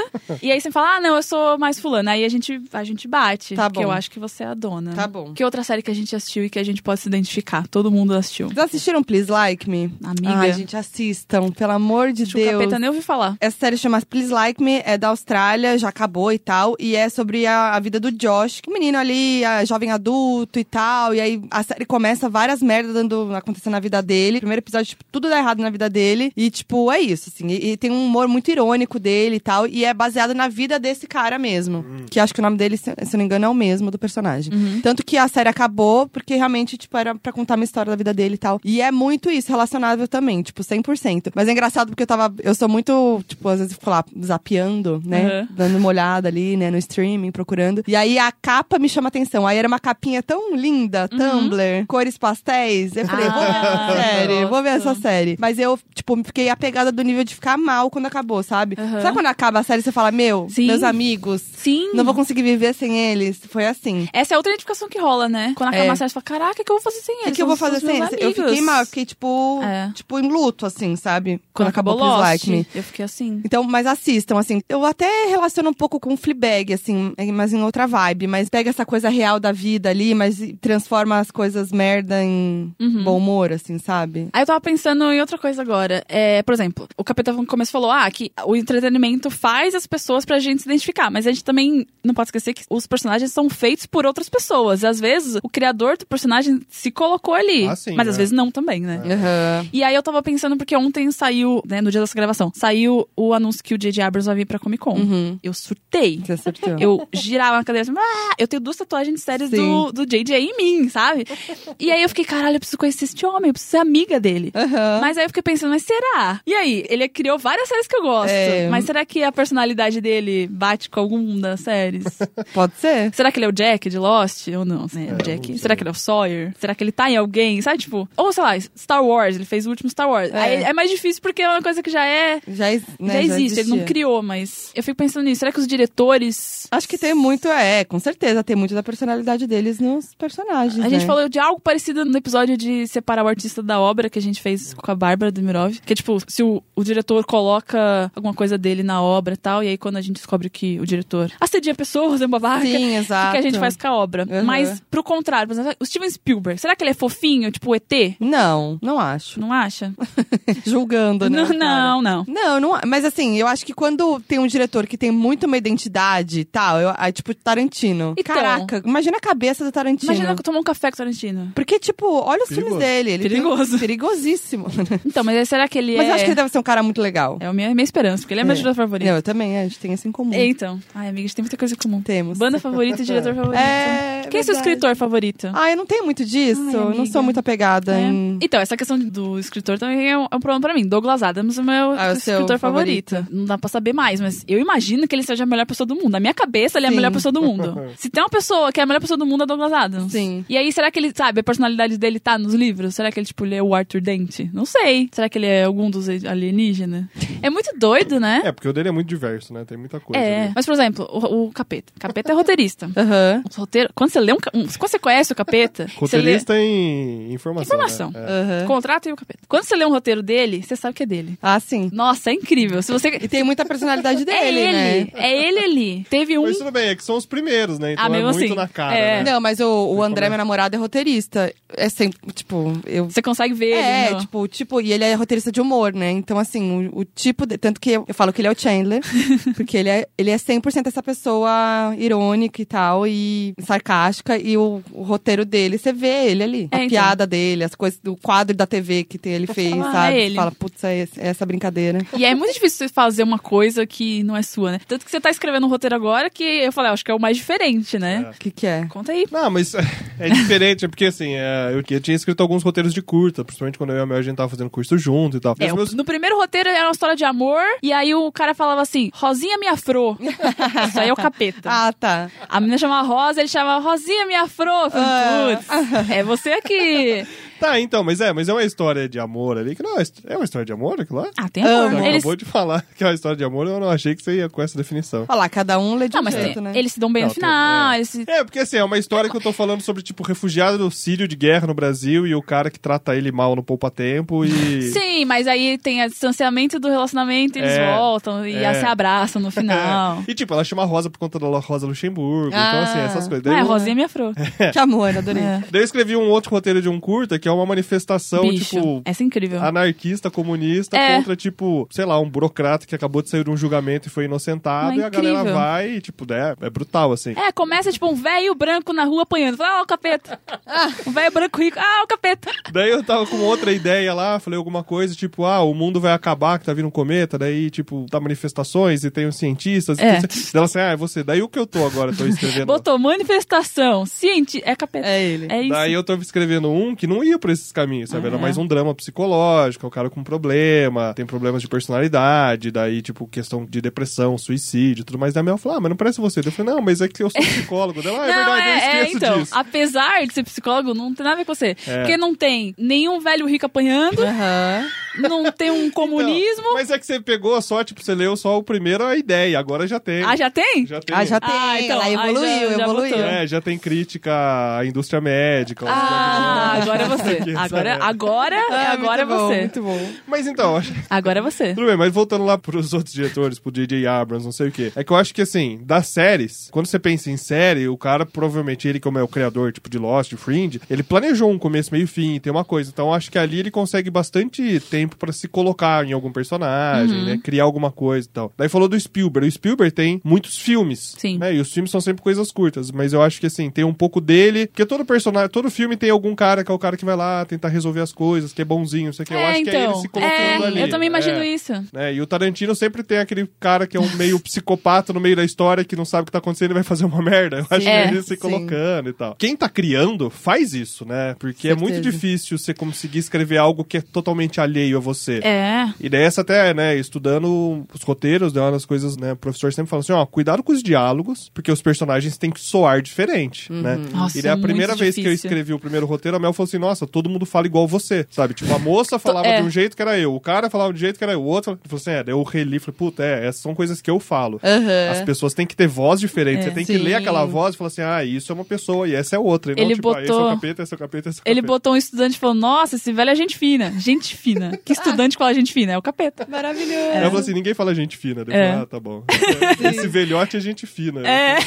A: e aí você fala, ah, não, eu sou mais fulana. Aí a gente, a gente bate.
C: Tá
A: porque
C: bom.
A: eu acho que você é a dona.
C: Tá bom.
A: Que outra série que a gente assistiu e que a gente pode se identificar? Todo mundo assistiu.
C: Vocês assistiram Please Like Me?
A: Amiga.
C: Ai, gente, assistam, pelo amor de
A: O
C: Deus.
A: capeta nem ouvi falar.
C: Essa série chama Please Like Me, é da Austrália, já acabou e tal. E é sobre a, a vida do Josh, um menino ali, ah, jovem adulto e tal. E aí a série começa várias merdas dando, acontecendo na vida dele. Primeiro episódio, tipo, tudo dá errado na vida dele. E, tipo, é isso, assim. E, e tem um humor muito irônico dele e tal. E é baseado na vida desse cara mesmo. Que acho que o nome dele, se, se eu não me engano, é o mesmo do personagem.
A: Uhum.
C: Tanto que a série acabou, porque realmente, tipo, era pra contar uma história da vida dele e tal. E é muito isso, relacionável também, tipo, 100%. Mas é engraçado porque eu tava. Eu sou muito, tipo, às vezes eu fico lá zapeando, né?
A: Uhum.
C: Dando uma olhada ali, né? No streaming, procurando. E aí a capa me chama atenção. Aí era uma capinha tão linda, Tumblr, cores pastéis. Eu falei, vou ver
A: Uhum. Ah,
C: essa série, vou ver
A: gosto.
C: essa série. Mas eu, tipo, fiquei apegada do nível de ficar mal quando acabou, sabe?
A: Uhum.
C: Sabe quando acaba a série você fala, meu,
A: Sim.
C: meus amigos,
A: Sim.
C: não vou conseguir viver sem eles? Foi assim.
A: Essa é outra identificação que rola, né? Quando acaba
C: É.
A: a série, você fala, caraca, o que eu vou fazer sem
C: O
A: É, eles?
C: que eu
A: São
C: vou
A: os
C: fazer sem
A: meus
C: isso? Eu
A: amigos."
C: fiquei mal, eu fiquei tipo,
A: É.
C: tipo em luto, assim, sabe?
A: Quando acabou
C: Please
A: Lost,
C: Like Me.
A: eu fiquei assim.
C: Então, mas assistam, assim. Eu até relaciono um pouco com Fleabag, assim, é, mas em outra vibe. Mas pega essa coisa real da vida ali, mas transforma as coisas merda em
A: Hum.
C: bom humor, assim, sabe?
A: Aí eu tava pensando em outra coisa agora. É, por exemplo, o Capeta no começo falou, ah, que o entretenimento faz as pessoas pra gente se identificar. Mas a gente também não pode esquecer que os personagens são feitos por outras pessoas. E às vezes o criador do personagem se colocou ali.
B: Ah, sim,
A: mas
B: é.
A: às vezes não também, né?
C: Aham.
A: E aí eu tava pensando, porque ontem saiu, né, no dia dessa gravação, saiu o anúncio que o J.J. Abrams vai vir pra Comic Con.
C: Uhum.
A: Eu surtei.
C: Você acertou.
A: Eu girava na cadeira assim, "Ah!" eu tenho duas tatuagens sérias
C: Sim.
A: do, do JJ em mim, sabe? E aí eu fiquei, caralho, eu preciso conhecer este homem, eu preciso ser amiga dele.
C: Aham.
A: Mas aí eu fiquei pensando, mas será? E aí, ele criou várias séries que eu gosto,
C: É.
A: mas será que a personalidade dele bate com alguma das séries?
C: Pode ser?
A: será que ele é o Jack de Lost? Ou não, né? o Jack.
B: não sei.
A: será que ele é o Sawyer? Será que ele tá em alguém? Sabe, tipo, ou sei lá, Star Wars, ele fez o último Star Wars.
C: É.
A: Aí é mais difícil porque é uma coisa que já é.
C: Já, ex- né,
A: já existe, ele não
C: existia.
A: criou, mas eu fico pensando nisso. Será que os diretores
C: Acho que tem muito, é, com certeza, tem muito da personalidade deles nos personagens.
A: A gente
C: né?
A: falou de algo parecido no episódio de separar o artista da obra que a gente fez com a Bárbara do Mirov. Que é tipo, se o, o diretor coloca alguma coisa dele na obra e tal, e aí quando a gente descobre que o diretor assedia pessoas, é um babaca.
C: Sim,
A: O
C: exato.
A: que a gente faz com a obra.
C: Uhum.
A: Mas, pro contrário, por exemplo, o Steven Spielberg, será que ele é fofinho, tipo o ET?
C: Não, não acho.
A: Não acha?
C: Julgando, né?
A: não,
C: cara?
A: não, não.
C: Não, não- mas assim, eu acho que quando tem um diretor que tem muito uma identidade e tal, eu, aí, tipo Tarantino.
A: Então.
C: Caraca, imagina a cabeça do Tarantino.
A: Imagina que eu tomar um café com o Tarantino.
C: Porque, tipo, olha os filmes
B: Perigoso.
C: dele. Ele tem- um
A: Perigoso.
C: Perigosíssimo.
A: Então, mas aí será que ele
C: Mas
A: é.
C: eu acho que ele deve ser um cara muito legal.
A: É a minha, minha esperança, porque ele é, meu
C: É.
A: diretor favorito.
C: Não, eu também, é, a gente tem isso em comum.
A: Então. Ai, amiga, a gente tem muita coisa em comum.
C: Temos.
A: Banda favorita e diretor favorito.
C: É,
A: Quem é seu
C: verdade.
A: escritor favorito?
C: Ah, eu não tenho muito disso.
A: Ai,
C: eu não
A: amiga.
C: sou muito apegada
A: É.
C: em.
A: Então, essa questão do escritor também é um, é um problema pra mim. Douglas Adams é o meu
C: Ah, é o seu
A: escritor favorito.
C: favorito.
A: Não dá pra saber mais, mas eu imagino que ele seja a melhor pessoa do mundo. Na minha cabeça, ele é
C: Sim.
A: a melhor pessoa do mundo. Se tem uma pessoa que é a melhor pessoa do mundo, é Douglas Adams.
C: Sim.
A: E aí, será que ele, sabe, a personalidade dele tá nos livros? Será que ele, tipo, lê o Arthur Dente? Não sei. Será que ele é algum dos alienígenas? É muito doido, né?
B: É, porque o dele é muito diverso, né? Tem muita coisa.
A: É.
B: ali.
A: Mas, por exemplo, o, o Capeta. Capeta é roteirista.
C: Aham.
A: Os roteiro- quando você lê um, ca- um- Quando você conhece o Capeta... você lê-
B: Roteirista em informação.
A: Informação.
B: né? É.
C: Aham.
A: Contrato e o capeta. Quando você lê um roteiro dele, você sabe que é dele.
C: Ah, sim.
A: Nossa, é incrível. Se você.
C: E tem muita personalidade
A: é
C: dele,
A: ele,
C: né?
A: é ele ali. Teve um.
B: Mas tudo bem, é que são os primeiros, né? Então
A: Ah,
B: é
A: mesmo
B: muito
A: assim.
B: na cara.
A: É.
B: Né?
C: Não, mas o, o André,
B: começa.
C: meu namorado, é roteirista. É sempre, tipo, eu
A: Você consegue ver
C: É,
A: ele. no-
C: tipo, tipo, e ele é roteirista de humor, né? Então, assim, o, o tipo. de- tanto que eu, eu falo que ele é o Chandler, porque ele é, ele é 100% essa pessoa irônica e tal, e sarcástica, e o, o roteiro dele, você vê ele ali.
A: É,
C: a
A: então.
C: piada dele, as coisas do quadro da TV que tem- ele fez,
A: falar,
C: sabe?
A: é
C: Você
A: ele.
C: Fala, putz, é, esse- é essa brincadeira.
A: E é muito difícil você fazer uma coisa que não é sua, né? Tanto que você tá escrevendo um roteiro agora que eu falei, ah, acho que é o mais diferente, né?
C: O que, que é?
A: Conta aí.
B: Não, mas é diferente, é porque assim, é, eu, eu tinha escrito alguns roteiros de curta, principalmente quando eu e a Mel a gente tava fazendo curso junto e tal.
A: É,
B: Os
A: o-
B: meus-
A: No primeiro roteiro era uma história de amor, e aí o cara falava assim: Rosinha me afrou. Isso aí é o capeta.
C: Ah, tá. Ah.
A: A menina chamava Rosa, ele chamava Rosinha me afrou. Eu falei, Putz, é você aqui.
B: Tá, então, mas é, mas é uma história de amor ali, que não é uma hist- é uma história de amor aquilo lá?
A: Ah, tem amor.
C: Amo.
B: Você
A: Eles...
B: acabou de falar que é uma história de amor, eu não achei que você ia com essa definição.
C: Olha lá, cada um lê de
A: Não,
C: um
A: mas
C: jeito,
A: tem-
C: né?
A: eles se dão bem
B: Não,
A: no
B: tem-
A: final. Eles se...
B: É, porque assim, é uma história que eu tô falando sobre, tipo, refugiado do Sírio de guerra no Brasil e o cara que trata ele mal no poupa-tempo e...
A: Sim, mas aí tem o distanciamento do relacionamento, eles
B: É,
A: voltam e
B: é.
A: se abraçam no final.
B: É. E tipo, ela chama Rosa por conta da Rosa Luxemburgo, então
C: Ah.
B: assim, essas
A: Ah,
B: coisas. Daí Então,
A: é,
B: eu-
A: Rosinha me afrou.
B: É.
C: Que
A: né,
C: amor, adorei.
B: Daí eu escrevi um outro roteiro de um curta, que é uma manifestação,
A: Bicho,
B: tipo,
A: essa é incrível.
B: anarquista, comunista,
A: É.
B: contra, tipo, sei lá, um burocrata que acabou de sair de um julgamento e foi inocentado,
A: Ah,
B: e a galera
A: incrível.
B: vai e, tipo, é, é brutal, assim.
A: É, começa tipo um velho branco na rua apanhando. Fala, Ah, o capeta. Um velho branco rico. Ah, o capeta.
B: Daí eu tava com outra ideia lá, falei alguma coisa, tipo, ah, o mundo vai acabar, que tá vindo um cometa, daí, tipo, tá manifestações e tem os cientistas.
A: É.
B: E tem... Daí ela assim, ah, é você. Daí o que eu tô agora, tô escrevendo.
A: Botou manifestação, ciente. É capeta.
C: É ele.
A: É isso.
B: Daí eu tava escrevendo um que não ia por esses caminhos, sabe? Era mais um drama psicológico, é o cara com problema, tem problemas de personalidade, daí, tipo, questão de depressão, suicídio e tudo mais. Daí a Mel falou, ah, mas não parece você. Daí eu falei, não, mas é que eu sou psicólogo. Daí ela, ah, é
A: não,
B: verdade,
A: é,
B: eu
A: é,
B: esqueço
A: então.
B: disso.
A: Apesar de ser psicólogo, não tem nada a ver com você.
B: É.
A: Porque não tem nenhum velho rico apanhando,
C: Aham.
A: não tem um
B: Então,
A: comunismo.
B: mas é que você pegou só, tipo, você leu só o primeiro, a ideia, agora já tem.
A: Ah, já tem?
B: Já tem.
C: Ah, já tem.
A: Ah, então,
C: ela
A: aí já-
C: evoluiu,
A: já
C: evoluiu.
A: botou.
B: É, já tem crítica à indústria médica. aos
A: Ah,
B: planos-
A: agora é você.
B: Isso,
A: Agora,
B: é.
A: agora,
C: Ah,
A: agora é
C: muito bom,
A: você.
C: Muito bom.
B: Mas então, acho-
A: Agora é você.
B: Tudo bem, mas voltando lá pros outros diretores, pro J.J. Abrams, não sei o quê. É que eu acho que, assim, das séries, quando você pensa em série, o cara, provavelmente, ele como é o criador, tipo, de Lost, de Fringe, ele planejou um começo, meio e fim, tem uma coisa. Então, eu acho que ali ele consegue bastante tempo pra se colocar em algum personagem,
A: Uhum.
B: né? Criar alguma coisa e tal. Daí falou do Spielberg. O Spielberg tem muitos filmes.
A: Sim.
B: né? E os filmes são sempre coisas curtas, mas eu acho que, assim, tem um pouco dele, porque todo personagem, todo filme tem algum cara que é o cara que vai lá tentar resolver as coisas, que é bonzinho, não sei o quê. Eu acho que é
C: então.
B: ele se colocando
A: é,
B: ali.
A: eu também imagino
B: É
A: isso.
B: né? E o Tarantino sempre tem aquele cara que é um meio psicopata no meio da história que não sabe o que tá acontecendo e vai fazer uma merda. Eu acho que
A: É,
B: ele se
C: sim.
B: colocando e tal. Quem tá criando faz isso, né? Porque é
C: Certeza.
B: muito difícil você conseguir escrever algo que é totalmente alheio a você.
A: É.
B: E daí essa até, né, estudando os roteiros, né, uma das coisas, né, o professor sempre fala assim, ó, cuidado com os diálogos, porque os personagens têm que soar diferente, né?
A: Nossa,
B: e daí a
A: é
B: primeira
A: muito
B: vez que eu
A: difícil.
B: escrevi o primeiro roteiro, a Mel falou assim, nossa, todo mundo fala igual você, sabe? Tipo, a moça falava
A: é.
B: de um jeito que era eu, o cara falava de um jeito que era eu, o outro falou assim, é, daí eu reli, falei, puta, é, essas são coisas que eu falo.
C: Aham.
B: As pessoas têm que ter voz diferente,
A: É.
B: você tem que
C: Sim.
B: ler aquela voz e falar assim, ah, isso é uma pessoa e essa é outra, e não
A: Ele
B: tipo, ah, esse é o
A: botou-
B: capeta, esse é o capeta, esse é o
A: Ele
B: capeta.
A: botou um estudante e falou: Nossa, esse velho é gente fina. Gente fina.
C: Ah.
A: Que estudante fala gente fina? É o capeta.
C: Maravilhoso.
B: Ela falou assim, ninguém fala gente fina. Daí eu
A: É.
B: falei, ah, tá bom. Esse velhote é gente fina.
A: É.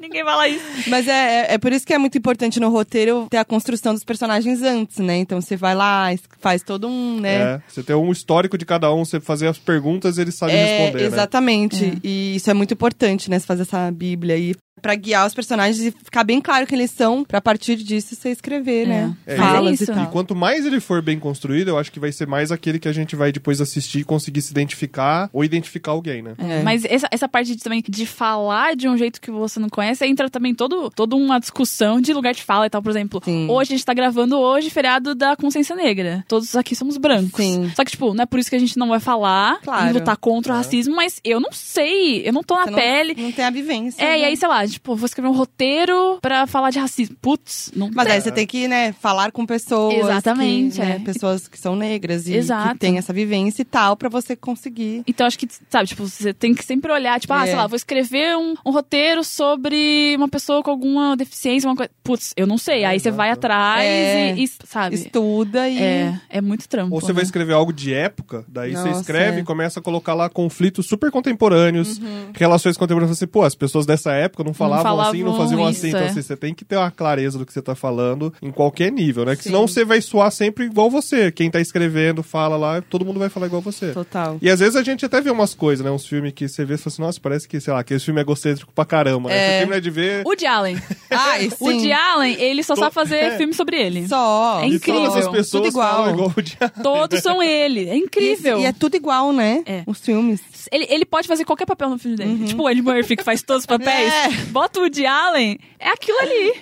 A: Ninguém fala isso.
C: Mas é, é, é por isso que é muito importante no roteiro ter a construção dos personagens antes, né? Então você vai lá, es- faz todo um, né?
B: É, Você tem um histórico de cada um, você fazer as perguntas eles sabem responder, né?
C: É, exatamente.
A: É.
C: E isso é muito importante, né? Você fazer essa bíblia aí pra guiar os personagens e ficar bem claro quem eles são, pra a partir disso você escrever, né?
A: É.
B: É,
C: Falas
A: e-
C: e
A: isso.
B: E
C: tal.
B: quanto mais ele for bem construído, eu acho que vai ser mais aquele que a gente vai depois assistir e conseguir se identificar ou identificar alguém, né?
C: É.
A: Mas essa, essa parte de, também de falar de um jeito que você não conhece, aí entra também todo, toda uma discussão de lugar de fala e tal. Por exemplo,
C: Sim.
A: hoje a gente tá gravando hoje, feriado da consciência negra. Todos aqui somos brancos.
C: Sim.
A: Só que, tipo, não é por isso que a gente não vai falar
C: Claro.
A: e lutar contra o racismo, mas eu não sei, eu não tô na
C: Você não-
A: pele.
C: Não, tem a vivência.
A: É, e
C: né?
A: aí, sei lá, tipo, vou escrever um roteiro pra falar de racismo. Putz, não
C: Mas
A: tem.
C: aí você tem que, né, falar com pessoas.
A: tá Exatamente,
C: Que, né,
A: é.
C: Pessoas que são negras e
A: Exato.
C: que têm essa vivência e tal, pra você conseguir.
A: Então acho que, sabe, tipo, você tem que sempre olhar, tipo, ah,
C: É.
A: sei lá, vou escrever um, um roteiro sobre uma pessoa com alguma deficiência, uma coisa. Putz, eu não sei. Aí você
B: Exato.
A: vai atrás
C: É.
A: e, e, sabe?
C: Estuda e.
A: É, é muito trampo.
B: Ou você vai
A: né?
B: escrever algo de época, daí você
C: Nossa,
B: escreve
C: é.
B: e começa a colocar lá conflitos super contemporâneos, relações contemporâneas. Assim, Pô, as pessoas dessa época não falavam, assim, não
A: falavam
B: faziam
A: isso,
B: assim. Então,
A: é.
B: assim, você tem que ter uma clareza do que você tá falando em qualquer nível, né? Que
C: Sim.
B: senão você vai soar sempre igual você. Quem tá escrevendo, fala lá, todo mundo vai falar igual você.
C: Total.
B: E às vezes a gente até vê umas coisas, né? Uns filmes que você vê e fala assim, nossa, parece que, sei lá, que esse filme é egocêntrico pra caramba, né?
C: É.
B: Você termina de ver.
A: Woody Allen.
C: Ai,
A: O Woody Allen, ele só sabe fazer
B: É.
A: filme sobre ele.
C: Só.
A: É
B: e
A: incrível.
B: Todas as
A: Tudo
B: pessoas
C: igual.
B: falam igual o diabo.
A: Todos são ele. É incrível.
C: E, e é tudo igual, né?
A: É.
C: Os filmes.
A: Ele, ele pode fazer qualquer papel no filme dele. Tipo o Ed Murphy, que faz todos os papéis.
C: Uhum. É.
A: bota o Woody Allen, é aquilo ali.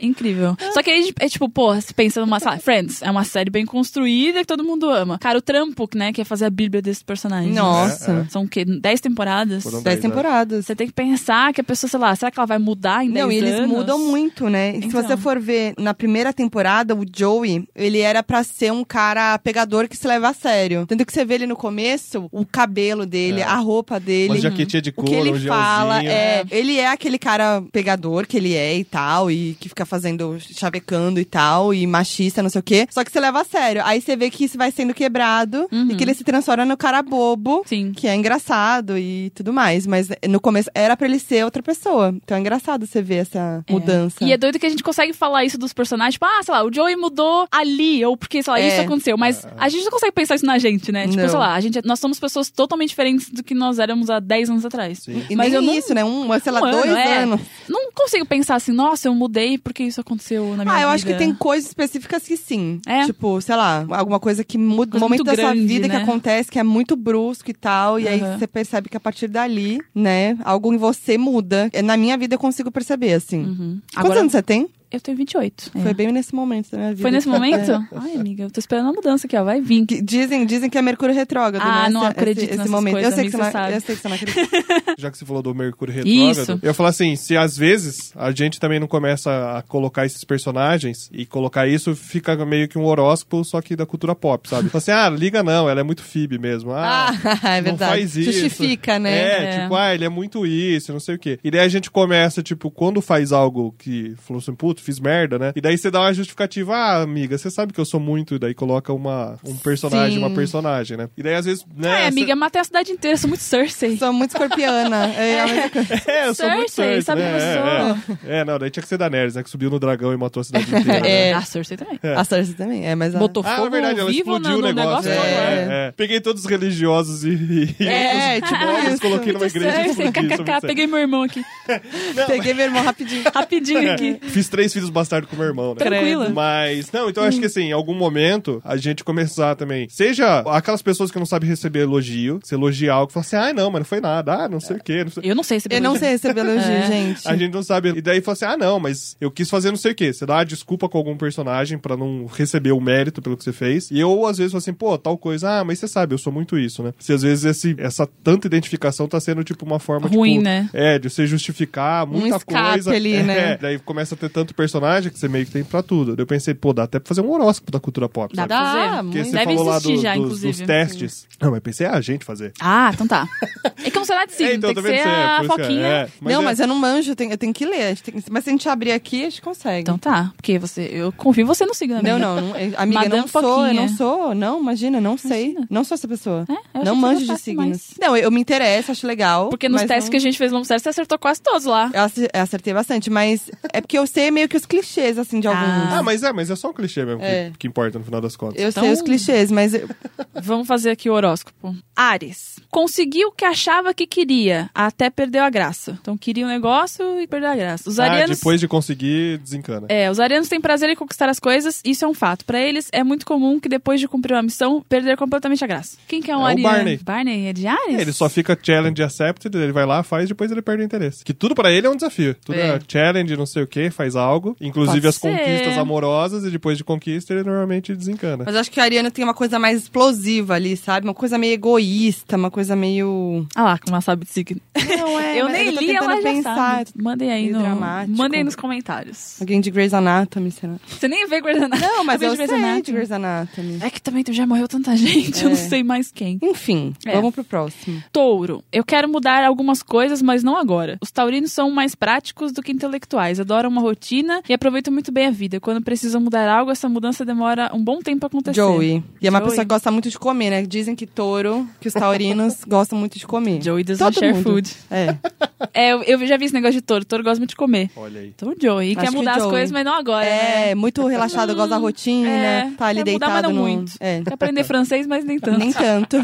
A: Incrível. Só que aí é tipo, porra, você pensa numa. sei lá, Friends, é uma série bem construída que todo mundo ama. Cara, o trampo, né, que é fazer a bíblia desse personagem.
B: É,
C: Nossa.
A: São o quê? Dez temporadas?
B: Foram
C: Dez
B: né?
C: temporadas.
A: Você tem que pensar que a pessoa, sei lá, será que ela vai mudar em 10
C: Não, e eles
A: anos?
C: mudam muito, né? E Se
A: Então.
C: você for ver, na primeira temporada, o Joey, ele era pra ser um cara pegador que se leva a sério. Tanto que você vê ele no começo, o cabelo dele,
B: É.
C: a roupa dele.
B: Uma jaquetinha de
C: O
B: couro,
C: que
B: um
C: ele
B: gelzinho.
C: fala é, ele é aquele cara pegador que ele é e tal, e que fica fazendo, chavecando e tal, e machista, não sei o quê. Só que você leva a sério. Aí você vê que isso vai sendo quebrado
A: Uhum.
C: e que ele se transforma no cara bobo.
A: Sim.
C: Que é engraçado e tudo mais. Mas no começo era pra ele ser outra pessoa. Então é engraçado você ver essa
A: É.
C: mudança.
A: E é doido que a gente consegue falar isso dos personagens, tipo, ah, sei lá, o Joey mudou ali, ou porque, sei lá,
C: É.
A: isso aconteceu. Mas a gente não consegue pensar isso na gente, né? Tipo,
C: Não.
A: sei lá, a gente, nós somos pessoas totalmente diferentes do que nós éramos há 10 anos atrás.
B: Sim.
C: E
A: Mas
C: nem
A: eu não-
C: isso, né? Um, sei lá,
A: Um ano,
C: dois
A: é.
C: anos.
A: Não consigo pensar assim, nossa, eu mudei porque isso aconteceu na minha vida.
C: Ah, eu acho que tem coisas específicas que sim.
A: É.
C: Tipo, sei lá, alguma coisa que muda
A: Coisa
C: um momento
A: muito
C: da sua
A: grande,
C: vida que
A: né?
C: acontece, que é muito brusco e tal. E aí
A: Aham.
C: você percebe que a partir dali, né, algo em você muda. É, Na minha vida eu consigo perceber, assim.
A: Uhum.
C: Quantos
A: Agora,
C: anos você tem?
A: eu tenho 28. É.
C: Foi bem nesse momento da minha vida.
A: Foi nesse momento?
C: É.
A: Ai, amiga, eu tô esperando a mudança aqui, ó, vai vir.
C: Que- Dizem, dizem que é Mercúrio retrógrado.
A: Ah,
C: né?
A: não
C: Esse-
A: acredito
C: esse,
A: nessas
C: momento.
A: coisas,
C: eu, sei que
A: amigo,
C: você
A: você
C: não,
A: sabe.
C: eu sei que você não acredita.
B: Já que você falou do Mercúrio retrógrado,
A: Isso.
B: eu ia falar assim, se às vezes a gente também não começa a colocar esses personagens e colocar isso, fica meio que um horóscopo, só que da cultura pop, sabe? Fala assim, ah, liga não, ela é muito Phoebe mesmo. Ah,
C: é
B: não faz isso.
C: Justifica, né?
B: É,
A: É.
B: tipo, ah, ele é muito isso, não sei o quê. E daí a gente começa, tipo, quando faz algo que falou assim, puto, fiz merda, né? E daí você dá uma justificativa, ah, amiga, você sabe que eu sou muito, e daí coloca uma, um personagem,
C: Sim.
B: uma personagem, né? E daí às vezes, né?
A: Ai,
B: você-
A: Ah, é, amiga, matei a cidade inteira, sou muito Cersei.
C: Sou muito escorpiana. é, a mesma coisa.
B: É, eu sou muito
A: Cersei,
B: Cersei,
A: sabe
B: né?
A: como eu
B: É, é. É, não, daí tinha que ser Daenerys, né? Que subiu no dragão e matou a cidade inteira. né?
C: É.
A: Ah, Cersei também.
C: A Cersei também. É, mas a...
A: Botou
B: Ah,
A: fogo
B: é verdade, ela
A: vivo
B: explodiu
A: no,
B: o
A: no
B: negócio.
A: negócio
B: é,
A: todo, né?
B: é, é. Peguei todos os religiosos e, e
C: É,
B: outros
C: tipo
B: pobres,
A: tá,
C: isso.
B: coloquei numa igreja e
A: Cersei,
B: explodi, sou
A: kkk,
B: muito
A: peguei meu irmão aqui.
C: Peguei meu irmão rapidinho.
B: É.
A: Rapidinho aqui.
B: Fiz três filhos bastardos com meu irmão, né?
A: Tranquila. Hum.
B: Mas, não, então eu acho que assim, em algum momento a gente começar também. Seja aquelas pessoas que não sabem receber elogio, se elogiar algo, falar assim, ah, não, mas não foi nada, ah, não
A: É.
B: sei o quê. Não sei...
A: Eu não sei se
C: Eu não sei receber elogio,
A: É.
C: gente.
B: A gente não sabe. E daí fala assim: ah, não, mas eu quis fazer não sei o quê. Você dá uma desculpa com algum personagem pra não receber o mérito pelo que você fez. E eu, às vezes, falo assim: pô, tal coisa. Ah, mas você sabe, eu sou muito isso, né? Se às vezes esse, essa tanta identificação tá sendo, tipo, uma forma
A: Ruim,
B: tipo,
A: né? Um
B: É, de você justificar muita
C: escape
B: coisa.
C: ali,
B: É,
C: né?
B: daí começa a ter tanto personagem que você meio que tem pra tudo. Daí eu pensei: pô, dá até pra fazer um horóscopo da cultura pop.
A: Dá
B: sabe?
A: pra fazer. um,
C: Dá,
B: Porque
C: muito.
B: você
A: Ah, Deve
B: falou lá
A: existir
B: do-
A: já,
B: dos,
A: inclusive.
B: dos testes. Não, mas pensei, ah, a gente fazer.
A: Ah, então tá. É que eu não sei lá de signo,
B: É, então,
A: tem que
B: eu também
A: ser
B: não sei,
A: a
B: por isso que é,
A: foquinha.
B: é.
C: não,
B: é-
C: mas eu não manjo, tem- eu tenho que ler. a gente tem que- mas se a gente abrir aqui, a gente consegue.
A: Então tá, porque você, eu confio em você no signo.
C: não,
A: amiga.
C: não, não, eh, amiga, eu não
A: Madame
C: sou, eu
A: Foquinha.
C: não sou, não, imagina, não sei,
A: Imagina.
C: não sou essa pessoa.
A: É? Eu achei que você
C: não manjo de
A: gostasse
C: signos.
A: mais.
C: Não, eu, eu me interesso, acho legal.
A: Porque nos
C: mas
A: testes
C: não-
A: que a gente fez no Sério, você acertou quase todos lá.
C: eu ace- eu acertei bastante, mas é porque eu sei meio que os clichês, assim, de
A: Ah.
C: alguns.
B: Ah, mas é, mas é só um clichê mesmo que-
C: É.
B: que, importa no final das contas.
C: Eu
A: então-
C: sei os clichês, mas. eu-
A: Vamos fazer aqui o horóscopo. Ares. Conseguiu o que achava que queria, até perdeu a graça. Então queria um negócio e perdeu a graça. Os
B: Ah,
A: arianos.
B: depois de conseguir, desencana.
A: É, os arianos têm prazer em conquistar as coisas, isso é um fato. Pra eles, é muito comum que depois de cumprir uma missão, perder completamente a graça. Quem que é um
B: É o
A: ariano?
B: Barney.
A: Barney é de Ares?
B: Ele só fica challenge accepted, ele vai lá, faz, depois ele perde o interesse. Que tudo pra ele é um desafio. Tudo
A: É.
B: é, challenge, não sei o que, faz algo. Inclusive
A: Pode
B: as
A: ser.
B: conquistas amorosas, e depois de conquista ele normalmente desencana.
C: Mas eu acho que a Ariana tem uma coisa mais explosiva ali, sabe? Uma coisa meio egoísta, uma coisa meio.
A: Ah lá, como ela sabe de signo.
C: Não, é,
A: eu
C: mas
A: nem
C: tô
A: li, ela
C: tentando
A: já sabe. Mandem aí,
C: Meio
A: no,
C: dramático.
A: mandem aí nos comentários.
C: Alguém de Grey's Anatomy, será?
A: Você nem vê Grey's Anatomy.
C: Não, mas
A: Acabei
C: eu
A: de ver
C: sei de
A: Anatomy.
C: Grey's Anatomy.
A: É que também já morreu tanta gente, eu não sei mais quem.
C: Enfim,
A: É.
C: vamos pro próximo.
A: Touro. Eu quero mudar algumas coisas, mas não agora. Os taurinos são mais práticos do que intelectuais, adoram uma rotina e aproveitam muito bem a vida. Quando precisam mudar algo, essa mudança demora um bom tempo a acontecer.
C: Joey. E é uma
A: Joey.
C: pessoa que gosta muito de comer, né? Dizem que touro, que os taurinos gostam muito de comer.
A: Joey doesn't share food.
C: É.
A: É, eu, eu já vi esse negócio de touro. Touro gosta muito de comer.
B: Olha aí.
A: Então, o Joey
C: Acho
A: quer
C: que
A: mudar as
C: Joey.
A: coisas, mas não agora. né?
C: É, muito relaxado, gosta da rotina,
A: É,
C: tá ali
A: quer mudar,
C: deitado
A: mas não
C: no...
A: muito.
C: É.
A: Quer aprender francês, mas nem tanto.
C: Nem tanto.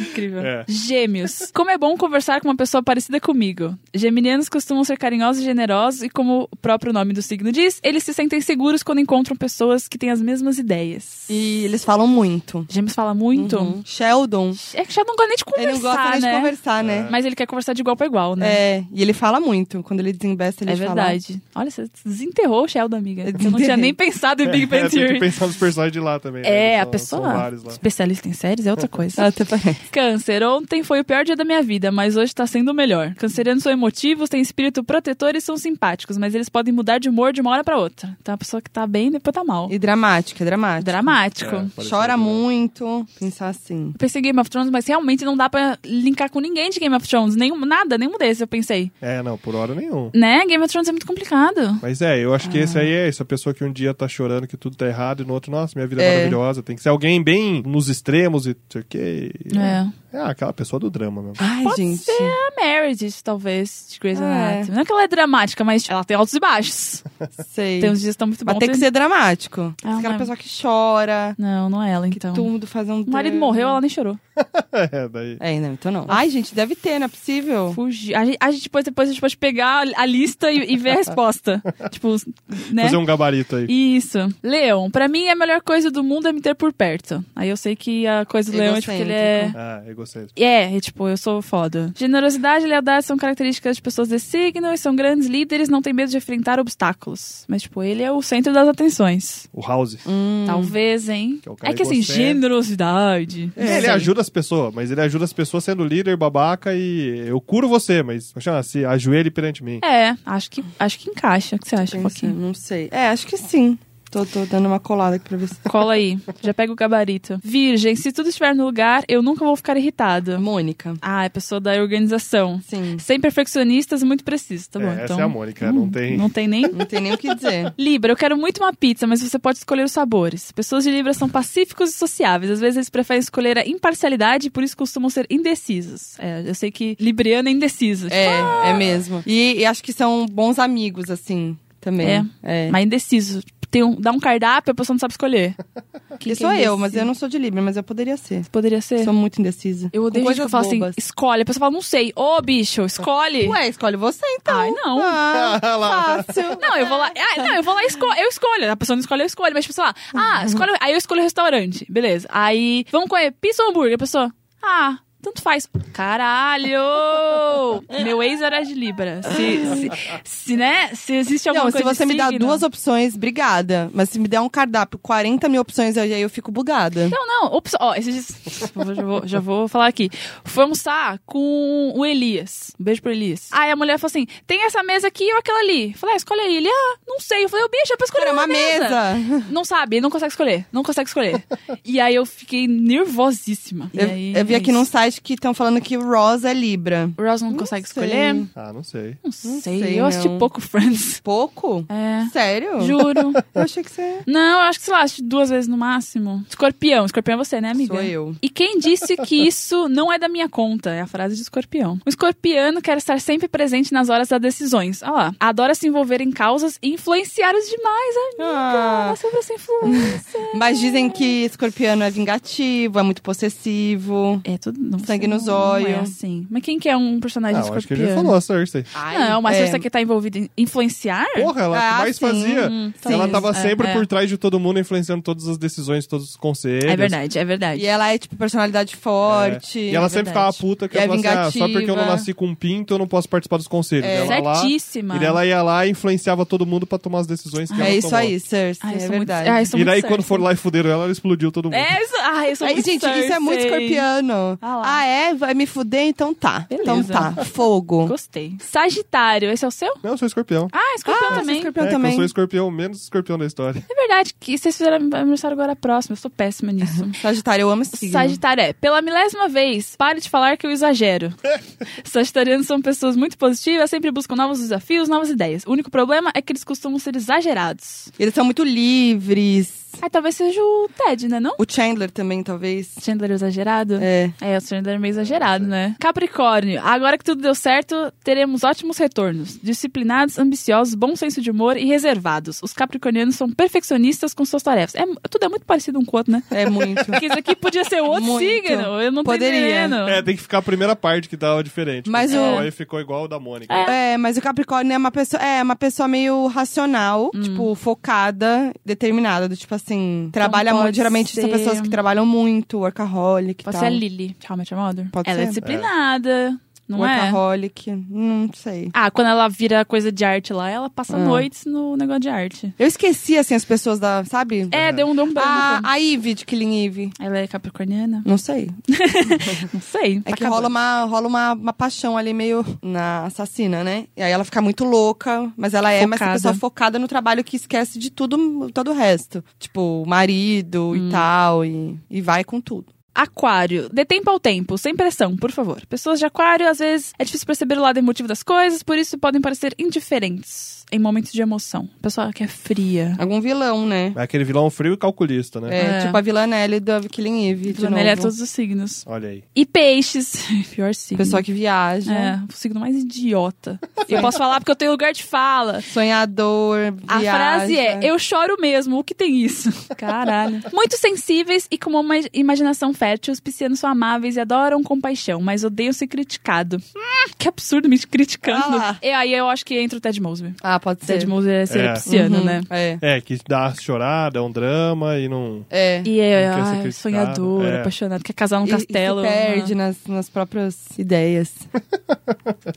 A: Incrível.
B: É.
A: Gêmeos. Como é bom conversar com uma pessoa parecida comigo. Geminianos costumam ser carinhosos e generosos e, como o próprio nome nome do signo diz, eles se sentem seguros quando encontram pessoas que têm as mesmas ideias.
C: E eles falam muito.
A: Gêmeos fala muito.
C: Uhum. Sheldon.
A: É que já não gosta nem de conversar,
C: Ele não gosta nem
A: né?
C: de conversar, né?
A: Mas ele quer conversar de igual pra igual, né?
C: É, e ele fala muito. Quando ele desembesta, ele
A: É
C: fala.
A: verdade. Olha, você desenterrou o Sheldon, amiga. Eu não tinha
C: Desenterrei.
A: nem pensado em Big
B: é,
A: Bang
B: tem que
A: Theory.
B: pensar nos personagens de lá também. né?
A: É, a
B: Eles são- são
A: pessoa
B: vários lá.
A: especialista em séries é outra coisa.
C: Até parece.
A: Câncer, ontem foi o pior dia da minha vida, mas hoje tá sendo o melhor. Cancerianos são emotivos, têm espírito protetor e são simpáticos, mas eles podem mudar de humor de uma hora pra outra. Então a pessoa que tá bem, depois tá mal.
C: E dramático, é dramático.
A: Dramático.
B: É, parece
C: Chora
B: muito, né?
C: muito. Pensar assim.
A: Eu pensei em Game of Thrones, mas realmente não dá pra linkar com ninguém de Game of Thrones. Nenhum, nada, nenhum desses eu pensei.
B: É, não, por hora nenhum.
A: Né? Game of Thrones é muito complicado.
B: Mas é, eu acho que
A: Ah.
B: esse aí é isso. A pessoa que um dia tá chorando que tudo tá errado e no outro, nossa, minha vida é,
C: É.
B: maravilhosa. Tem que ser alguém bem nos extremos e não sei o quê.
A: É.
B: É, aquela pessoa do drama mesmo.
C: Ai,
A: Pode
C: gente.
A: ser a Meredith, talvez, de Grey's
C: É.
A: Anatomy. Não é que ela é dramática, mas ela tem altos e baixos.
C: Sei.
A: Tem um uns dias que estão muito bons.
C: Mas tem que
A: tem-
C: ser dramático.
A: Ah,
C: Aquela
A: mas-
C: pessoa que chora,
A: Não, não é ela,
C: que
A: então.
C: tudo faz um.
A: O marido morreu, ela nem chorou.
B: É, daí.
C: É, não, então não. Ai, gente, deve ter, não é possível.
A: Fugir. A gente, a gente depois, depois a gente pode pegar a lista e, e ver a resposta. tipo, né?
B: Fazer um gabarito aí.
A: Isso. Leão, pra mim a melhor coisa do mundo é me ter por perto. Aí eu sei que a coisa do leão é tipo que ele
C: né,
A: é.
B: Ah, egocêntrico.
A: É, é, tipo, eu sou foda. Generosidade e lealdade são características de pessoas desse signo e são grandes líderes, não tem medo de enfrentar obstáculos. Mas, tipo, ele é o centro das atenções.
B: O House.
C: Hum.
A: Talvez, hein?
B: Que é o cara
A: É que assim,
B: egocêntrico.
A: generosidade.
B: É, ele
A: Sei.
B: ajuda as pessoas, mas ele ajuda as pessoas sendo líder, babaca e eu curo você, mas como chama, se ajoelhe perante mim.
A: É, acho que, acho que encaixa. O que um você acha,
C: Pensa,
A: Foquinha?
C: não sei. É, acho que sim. Tô, tô dando uma colada aqui pra ver se.
A: Cola aí, já pega o gabarito. Virgem, se tudo estiver no lugar, eu nunca vou ficar irritada.
C: Mônica.
A: Ah, é pessoa da organização.
C: Sim.
A: Sem perfeccionistas, muito preciso, tá
B: É,
A: bom?
B: essa
A: então,
B: é a Mônica, não tem.
A: não tem nem.
C: Não tem nem o que dizer.
A: Libra, eu quero muito uma pizza, mas você pode escolher os sabores. Pessoas de Libra são pacíficos e sociáveis. Às vezes eles preferem escolher a imparcialidade e por isso costumam ser indecisos. É, eu sei que Libriano é indeciso. tipo,
C: É, é mesmo. E, e acho que são bons amigos, assim, também. É.
A: Tipo, Mas indeciso. Tem um, dá um cardápio, a pessoa não sabe escolher. Quem
C: Que
A: que
C: sou
A: é
C: eu,
A: indeciso?
C: mas eu não sou de Libra, mas eu poderia ser.
A: Poderia ser.
C: Sou muito indecisa.
A: É. Eu odeio
C: Com
A: gente que eu
C: coisas
A: falo assim,
C: bobas.
A: escolhe. A pessoa fala, não sei. Ô, bicho, escolhe.
C: Ué, escolhe você então.
A: é. Ai, não.
C: Ah,
B: lá.
C: fácil.
A: Não, eu vou lá. Ah, não, eu vou lá e escolho. Eu escolho. A pessoa não escolhe, eu escolho. Mas, tipo, sei lá,
C: Uhum.
A: ah, escolhe. Aí eu escolho o restaurante. Beleza. Aí, vamos comer pizza ou hambúrguer? A pessoa, ah. Tanto faz. Caralho! Meu ex era de Libra. Se, se, se, né? Se existe alguma
C: Não, se
A: coisa.
C: você
A: de
C: me dá
A: signo-
C: duas opções, obrigada. Mas se me der um cardápio, 40 mil opções, aí aí eu fico bugada.
A: Não, não. Ops, ó, esses dias. Vou- já, vou, já vou falar aqui. Fui almoçar com o Elias. Um beijo pro Elias. Aí a mulher falou assim: tem essa mesa aqui ou aquela ali? Eu Falei, ah, escolhe aí. Ele, ah, não sei. Eu falei, o bicho, é pra escolher
C: Cara, é uma mesa.
A: Não sabe, ele não consegue escolher. Não consegue escolher. e aí eu fiquei nervosíssima. E
C: Eu,
A: aí,
C: eu vi
A: é
C: aqui num
A: isso.
C: site que estão falando que Ross é Libra.
A: O Ross não,
C: Não
A: consegue
C: sei.
A: escolher?
B: Ah, não sei.
A: Não sei.
C: sei,
A: eu assisti
C: não.
A: pouco Friends.
C: Pouco?
A: É.
C: Sério?
A: Juro.
C: Eu achei que você
A: Não, eu acho que, sei lá, acho duas vezes no máximo. Escorpião. Escorpião é você, né, amiga?
C: sou eu.
A: E quem disse que isso não é da minha conta? É a frase de escorpião. O escorpiano quer estar sempre presente nas horas das decisões. Olha lá. Adora se envolver em causas e influenciar os demais, amiga.
C: Ah.
A: Ela sempre essa influência.
C: Mas dizem que escorpiano é vingativo, é muito possessivo.
A: É tudo. Não,
C: Sangue
A: não-
C: nos
A: Não é
C: olhos.
A: assim. Mas quem que é um
B: Ah,
A: personagem
B: eu acho que ele
A: escorpião?
B: já falou a Cersei.
C: Ai,
A: Não, mas
C: é.
A: você que tá envolvida em influenciar? é
B: Porra, ela
C: Ah,
B: que mais
C: sim.
B: fazia.
A: Hum,
B: ela
A: talvez.
B: tava
A: É,
B: sempre
A: é.
B: por trás de todo mundo, influenciando todas as decisões, todos os conselhos.
A: É verdade, é verdade.
C: E ela é, tipo, personalidade forte.
B: E ela sempre
A: verdade.
B: ficava puta que
C: E
B: ela
C: é
B: falava assim, ah, só porque eu não
C: vingativa.
B: nasci com um pinto, eu não posso participar dos conselhos.
C: É.
B: Ela lá,
A: Certíssima.
B: e ela é ia lá e influenciava todo mundo pra tomar as decisões que ela
C: É isso
B: tomou.
C: aí, Cersei,
A: Ai, eu
C: é
A: sou muito-
C: verdade.
A: Ai, eu sou
B: E
A: muito
B: daí, quando
A: Cersei.
B: foram lá e fuderam ela, ela explodiu todo mundo.
A: É isso. Ai, eu sou
C: Ai,
A: muito
C: gente, isso é muito
A: Cersei.
C: escorpiano.
A: Ah lá.
C: Ah, é? Vai me fuder? Então tá.
A: Beleza.
C: Então tá. Fogo.
A: Gostei. Sagitário, esse é o seu?
B: Não, eu sou escorpião.
A: Ah, escorpião
C: Ah,
A: também.
C: esse
B: É,
C: escorpião
B: que
C: também.
B: Eu sou escorpião, menos escorpião da história.
A: É verdade, que vocês fizeram aniversário agora próximo. Eu sou péssima nisso.
C: Sagitário, eu amo esse signo.
A: Sagitário é, pela milésima vez, pare de falar que eu exagero. Sagitarianos são pessoas muito positivas, sempre buscam novos desafios, novas ideias. O único problema é que eles costumam ser exagerados.
C: Eles são muito livres.
A: Ah, talvez seja o Ted, né? Não?
C: O Chandler também, talvez.
A: Chandler exagerado?
C: É.
A: É, o Chandler é meio exagerado, né? Capricórnio, agora que tudo deu certo, teremos ótimos retornos. Disciplinados, ambiciosos, bons senso de humor e reservados. Os capricornianos são perfeccionistas com suas tarefas. É, tudo é muito parecido um com o outro, né?
C: É muito.
A: Porque isso aqui podia ser outro
C: Muito.
A: signo. Eu não tô
C: Poderia.
A: entendendo.
B: É, tem que ficar a primeira parte que tava diferente.
C: Então. Mas
B: Então,
C: o-
B: Aí ficou igual o da Mônica.
C: É, mas o Capricórnio é uma pessoa, é uma pessoa meio racional,
A: Hum.
C: tipo, focada, determinada, do tipo assim, trabalha
A: Então pode
C: muito, geralmente são
A: ser-
C: pessoas que trabalham muito, workaholic e
A: Pode
C: tal.
A: ser a Lily. How I Met Your Mother.
C: Tá. Pode
A: ela é
C: ser.
A: disciplinada, não é?
C: workaholic, não sei.
A: Ah, quando ela vira coisa de arte lá, ela passa
C: Ah.
A: noites no negócio de arte.
C: Eu esqueci assim as pessoas da, sabe?
A: É, deu um dom branco.
C: Ah, a, a Ivy de Killing Eve.
A: Ela é capricorniana?
C: Não sei.
A: Não sei.
C: É que rola, uma, rola uma, uma paixão ali meio na assassina, né? E aí ela fica muito louca, mas ela é mas
A: Focada.
C: essa pessoa focada no trabalho que esquece de tudo, todo o resto. Tipo, marido
A: Hum.
C: e tal, e, e vai com tudo.
A: Aquário, dê tempo ao tempo, sem pressão, por favor. Pessoas de aquário, às vezes, é difícil perceber o lado emotivo das coisas, por isso podem parecer indiferentes em momentos de emoção. Pessoa que é fria.
C: Algum vilão, né?
B: É aquele vilão frio e calculista, né?
C: É,
A: É.
C: tipo a vilã Nelly do Killing Eve, de novo.
A: Ele é todos os signos.
B: Olha aí.
A: E peixes, pior signo.
C: Pessoa que viaja,
A: É, o signo mais idiota. Eu posso falar porque eu tenho lugar de fala.
C: sonhador,
A: A
C: viaja.
A: frase é: Eu choro mesmo, o que tem isso? Caralho. Muito sensíveis e com uma imaginação fértil, os piscianos são amáveis e adoram compaixão, mas odeiam ser criticado. Hum, que absurdo me criticando.
C: Ah lá.
A: e aí eu acho que entra o Ted Mosby.
C: Ah, pode ser.
A: Ted Mosby é ser
B: É.
A: pisciano,
C: Uhum,
A: né?
C: É.
B: É, que dá chorada, é um drama e não.
C: É.
A: E é
B: Não quer ser
A: ai,
B: criticado,
A: sonhador,
B: é.
A: apaixonado, quer casar num
C: E- e
A: castelo.
C: se perde
A: né?
C: nas, nas próprias ideias.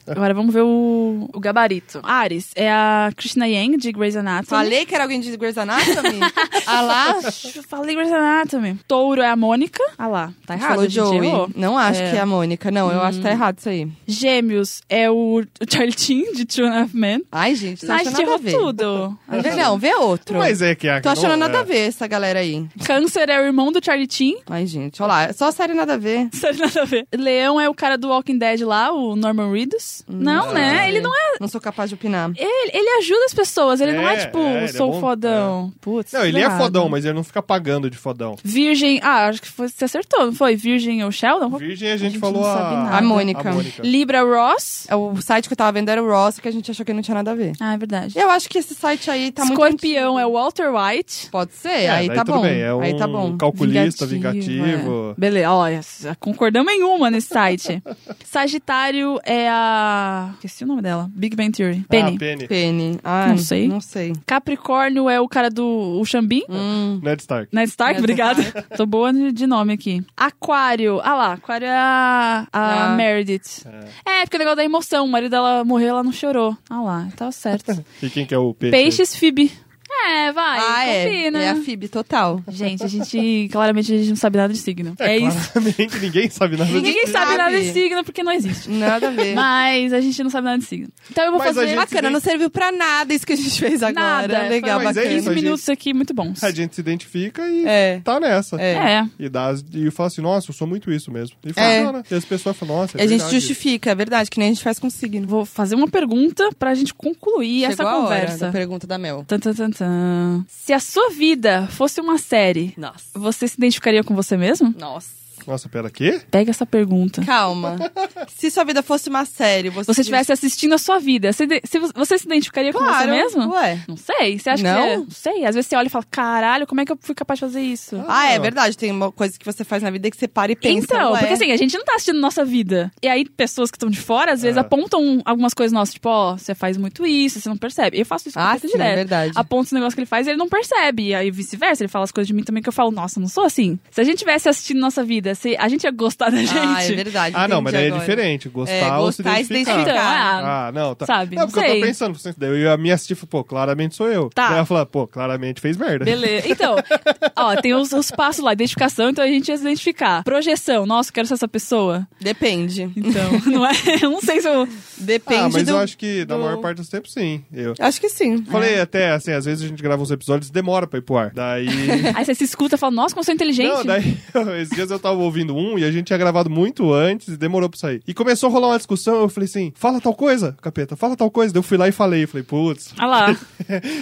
A: Agora vamos ver o, o gabarito. Ares é a Krishna Yang de Grey's Anatomy.
C: Falei que era alguém de Grey's Anatomy? ah lá?
A: Eu falei Grey's Anatomy. Touro é a Mônica. Ah lá, tá errado.
C: Falou
A: a gente
C: Joey.
A: errou.
C: Não acho
A: É. Hum.
C: que é a Mônica. Não, eu acho que tá errado isso aí.
A: Gêmeos é o, o Charlie Chin de Two and a Half Men.
C: Ai, gente, tá
A: a gente
C: achando nada a
A: errou
C: ver.
A: tudo. A gente-
C: Não, vê outro.
B: Mas é que a
C: Tô achando
B: não-
C: nada
B: é.
C: a ver essa galera aí.
A: Câncer é o irmão do Charlie Chin.
C: Ai, gente, olha lá. Só série nada a ver.
A: Não tem nada a ver. Leão é o cara do Walking Dead lá, o Norman Reedus. não, né? Ele não é.
C: Não sou capaz de opinar.
A: Ele, ele ajuda as pessoas. Ele não é
B: É,
A: tipo,
B: é, ele é
A: sou
B: bom-
A: fodão. Putz.
B: Não, ele é
A: errado.
B: fodão, mas ele não fica pagando de fodão.
A: Virgem. Ah, acho que foi- você acertou, não foi? Virgem ou Sheldon?
B: Virgem a gente,
A: gente
B: falou
A: não sabe
B: a...
A: nada.
C: A Mônica.
B: a Mônica. É,
A: Libra é Ross.
C: É, O site que eu tava vendo era o Ross, que a gente achou que não tinha nada a ver.
A: Ah, é verdade.
C: Eu acho que esse site aí tá muito...
A: Escorpião é o Walter White.
C: Pode ser,
B: É,
C: aí
B: daí
C: tá
B: tudo
C: bom.
B: bem, é um
C: Aí tá bom. é.
B: calculista,
A: Vingativo, é.
B: vingativo. Ah,
A: Beleza, olha, concordamos em uma nesse site. Sagitário é a. Esqueci o nome dela. Big Bang Theory. Penny.
B: Ah, Penny.
C: Penny. Ai,
A: Não sei.
C: Não sei.
A: Capricórnio é o cara do o Xambim.
C: Hum.
B: Ned Stark.
A: Ned é Stark,
C: Ned
A: obrigada. Tô boa de de nome aqui. Aquário. Ah lá, Aquário é a, a
C: Ah.
A: Meredith. É. porque o negócio da emoção. O marido dela morreu, ela não chorou. Ah lá, tava certo.
B: E quem que é o peixe?
A: Peixes, Phoebe. É, vai, né?
C: ah, é.
A: combina.
C: É a Phoebe, total.
A: Gente, a gente... Claramente a gente não sabe nada de signo. É, isso.
B: Claramente ninguém sabe nada disso.
A: Ninguém sabe
C: sabe. É.
A: nada de signo porque não existe.
C: Nada a ver.
A: Mas a gente não sabe nada de signo. Então eu vou
B: Mas a
A: fazer
B: gente-
C: Bacana, não serviu pra nada isso que a gente fez tá agora.
A: Nada.
C: Legal,
B: Mas é
C: bacana.
A: 15
B: isso, a gente-
A: minutos aqui muito bons.
B: A gente se identifica e
C: É.
B: tá nessa.
A: É.
B: E, dá, as- e fala assim, nossa, eu sou muito isso mesmo. E
C: É.
B: funciona. E as pessoas falam, nossa, é
C: a gente
B: verdade.
C: justifica, é verdade, que nem a gente faz com signo.
A: Vou fazer uma pergunta pra gente concluir essa
C: Chegou a hora
A: conversa.
C: da pergunta da Mel.
A: Tan, tan, tan, tan. Se a sua vida fosse uma série,
C: Nossa.
A: você se identificaria com você mesmo?
C: Nossa.
B: Nossa, pera, quê?
A: Pega essa pergunta.
C: Calma. Se sua vida fosse uma série, você...
A: Se você estivesse assistindo a sua vida, você, de- se vo- você se identificaria com você
C: Claro.
A: mesmo?
C: Ué.
A: Não sei. Você acha
C: Não?
A: que é? Não sei. Às vezes você olha e fala, caralho, como é que eu fui capaz de fazer isso?
C: Ah, é verdade. Tem uma coisa que você faz na vida que um é. você para e pensa.
A: Então,
C: ué.
A: porque assim, a gente não tá assistindo nossa vida. E aí, pessoas que estão de fora, às vezes,
B: É.
A: apontam algumas coisas nossas, tipo, ó, você faz muito isso, você não percebe. Eu faço isso com
C: Ah,
A: o Peter
C: sim, é
A: direto.
C: verdade.
A: Aponta os negócios que ele faz e ele não percebe. E aí, vice-versa, ele fala as coisas de mim também que eu falo, nossa, eu não sou assim. Se a gente tivesse assistindo nossa vida, se a gente ia gostar da gente.
C: Ah, é verdade.
B: Ah, não,
C: entendi
B: mas daí é
C: agora.
B: diferente. Gostar,
C: É,
B: ou se
C: gostar e se
B: identificar.
A: Então,
C: Cara.
A: ah,
B: Ah, não, tá.
A: Sabe,
B: Não,
A: não
B: porque eu
A: sei.
B: tô pensando, assim, daí eu ia me assistir, e falei, pô, claramente sou eu.
A: Tá.
B: Daí ela fala, pô, claramente fez merda.
A: Beleza. Então, ó, tem os, os passos lá, identificação, então a gente ia se identificar. Projeção, nossa, eu quero ser essa pessoa.
C: Depende.
A: Então, não é? Eu não sei se eu.
C: Depende
B: Ah, mas
C: do...
B: eu acho que na
C: do- É.
B: maior parte dos tempos, sim. Eu
C: Acho que sim.
B: falei até, assim, às vezes a gente grava uns episódios e demora pra ir pro ar. Daí...
A: Aí você se escuta e fala, nossa, como eu sou inteligente.
B: Não, daí, esses dias eu tava ouvindo um e a gente tinha gravado muito antes e demorou pra sair. E começou a rolar uma discussão, eu falei assim, fala tal coisa, capeta, fala tal coisa. Daí eu fui lá e falei, falei, putz,
A: Ah lá.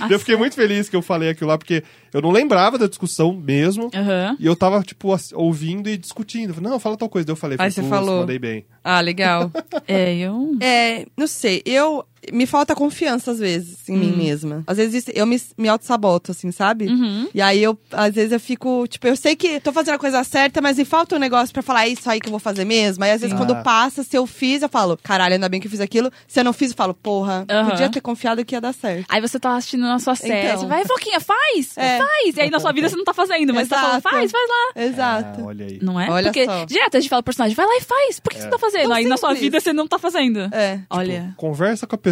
B: eu fiquei muito feliz que eu falei aquilo lá, porque eu não lembrava da discussão mesmo.
A: Aham.
B: E eu tava, tipo, ass- ouvindo e discutindo. Não, fala tal coisa. Daí eu falei,
C: Aí
B: falei,
C: você
B: "Putz,
C: falou.
B: mandei bem.
C: Ah, legal.
A: É, eu.
C: É, não sei. Eu. Me falta confiança, às vezes, em
A: Uhum.
C: mim mesma. Às vezes isso- eu me, me auto-saboto, assim, sabe? E aí eu, às vezes, eu fico, tipo, eu sei que tô fazendo a coisa certa, mas me falta um negócio pra falar, é isso aí que eu vou fazer mesmo. Aí, às vezes,
B: Sim.
C: quando
B: Ah.
C: passa, se eu fiz, eu falo, caralho, ainda bem que eu fiz aquilo. Se eu não fiz, eu falo, porra,
A: Aham.
C: podia ter confiado que ia dar certo.
A: Aí você tá assistindo na sua série.
C: Então.
A: você Vai, Foquinha, faz!
C: É.
A: Faz! E aí na sua vida você não tá fazendo, mas você tá falando,
C: Exato.
A: faz, faz lá.
C: Exato.
B: Ah, olha aí.
A: Não é?
C: Olha
A: Porque
C: só.
A: direto a gente fala pro personagem, vai lá e faz. Por que você não tá fazendo?
C: Tão
A: aí na sua
C: simples.
A: vida você não tá fazendo.
C: É. Tipo,
A: Olha.
B: Conversa com a pessoa.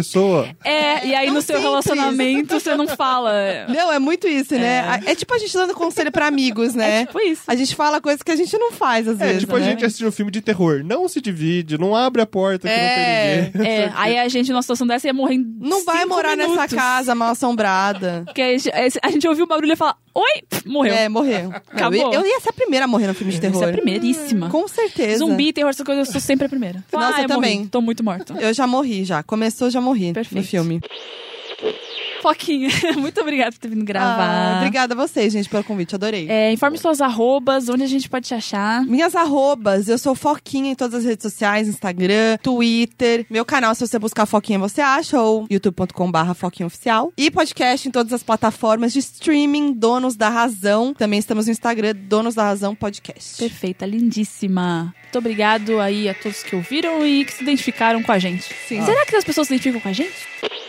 A: É, e aí
C: tão
A: no seu
C: simples.
A: relacionamento você não fala. É,
C: Não, é muito isso, né? É tipo a gente dando conselho pra amigos, né?
A: tipo isso.
C: A gente fala coisas que a gente não faz, às
B: É,
C: vezes.
B: tipo, a
C: né?
B: gente assistiu um filme de terror. Não se divide, não abre a porta que
C: É.
B: não tem ninguém.
A: É, aí a gente numa situação dessa ia morrer em
C: Não vai
A: cinco
C: morar nessa
A: minutos.
C: casa mal assombrada.
A: Porque a gente, a gente ouviu o barulho e fala, oi, Pff, morreu.
C: É, morreu.
A: Acabou.
C: Eu, eu ia ser a primeira a morrer no filme de terror. Hum,
A: Essa é a primeiríssima.
C: Com certeza.
A: Zumbi, terror, essas coisas, eu sou sempre a primeira. Fala,
C: Nossa,
A: ah,
C: eu também.
A: morri, Tô muito morta.
C: Eu já morri, já. Começou, já morri
A: Perfeito.
C: no filme.
A: Foquinha, muito obrigada por ter vindo
C: Ah,
A: gravar.
C: obrigada a vocês, gente, pelo convite. Adorei.
A: É, informe suas arrobas, onde a gente pode te achar.
C: Minhas arrobas, eu sou Foquinha em todas as redes sociais, Instagram, Twitter. Meu canal, se você buscar Foquinha, você acha, ou youtube.com.br Foquinha Oficial. E podcast em todas as plataformas de streaming, Donos da Razão. Também estamos no Instagram, Donos da Razão Podcast.
A: Perfeita, lindíssima. Muito obrigado aí a todos que ouviram e que se identificaram com a gente.
C: Sim.
A: Será que as pessoas se identificam com a gente?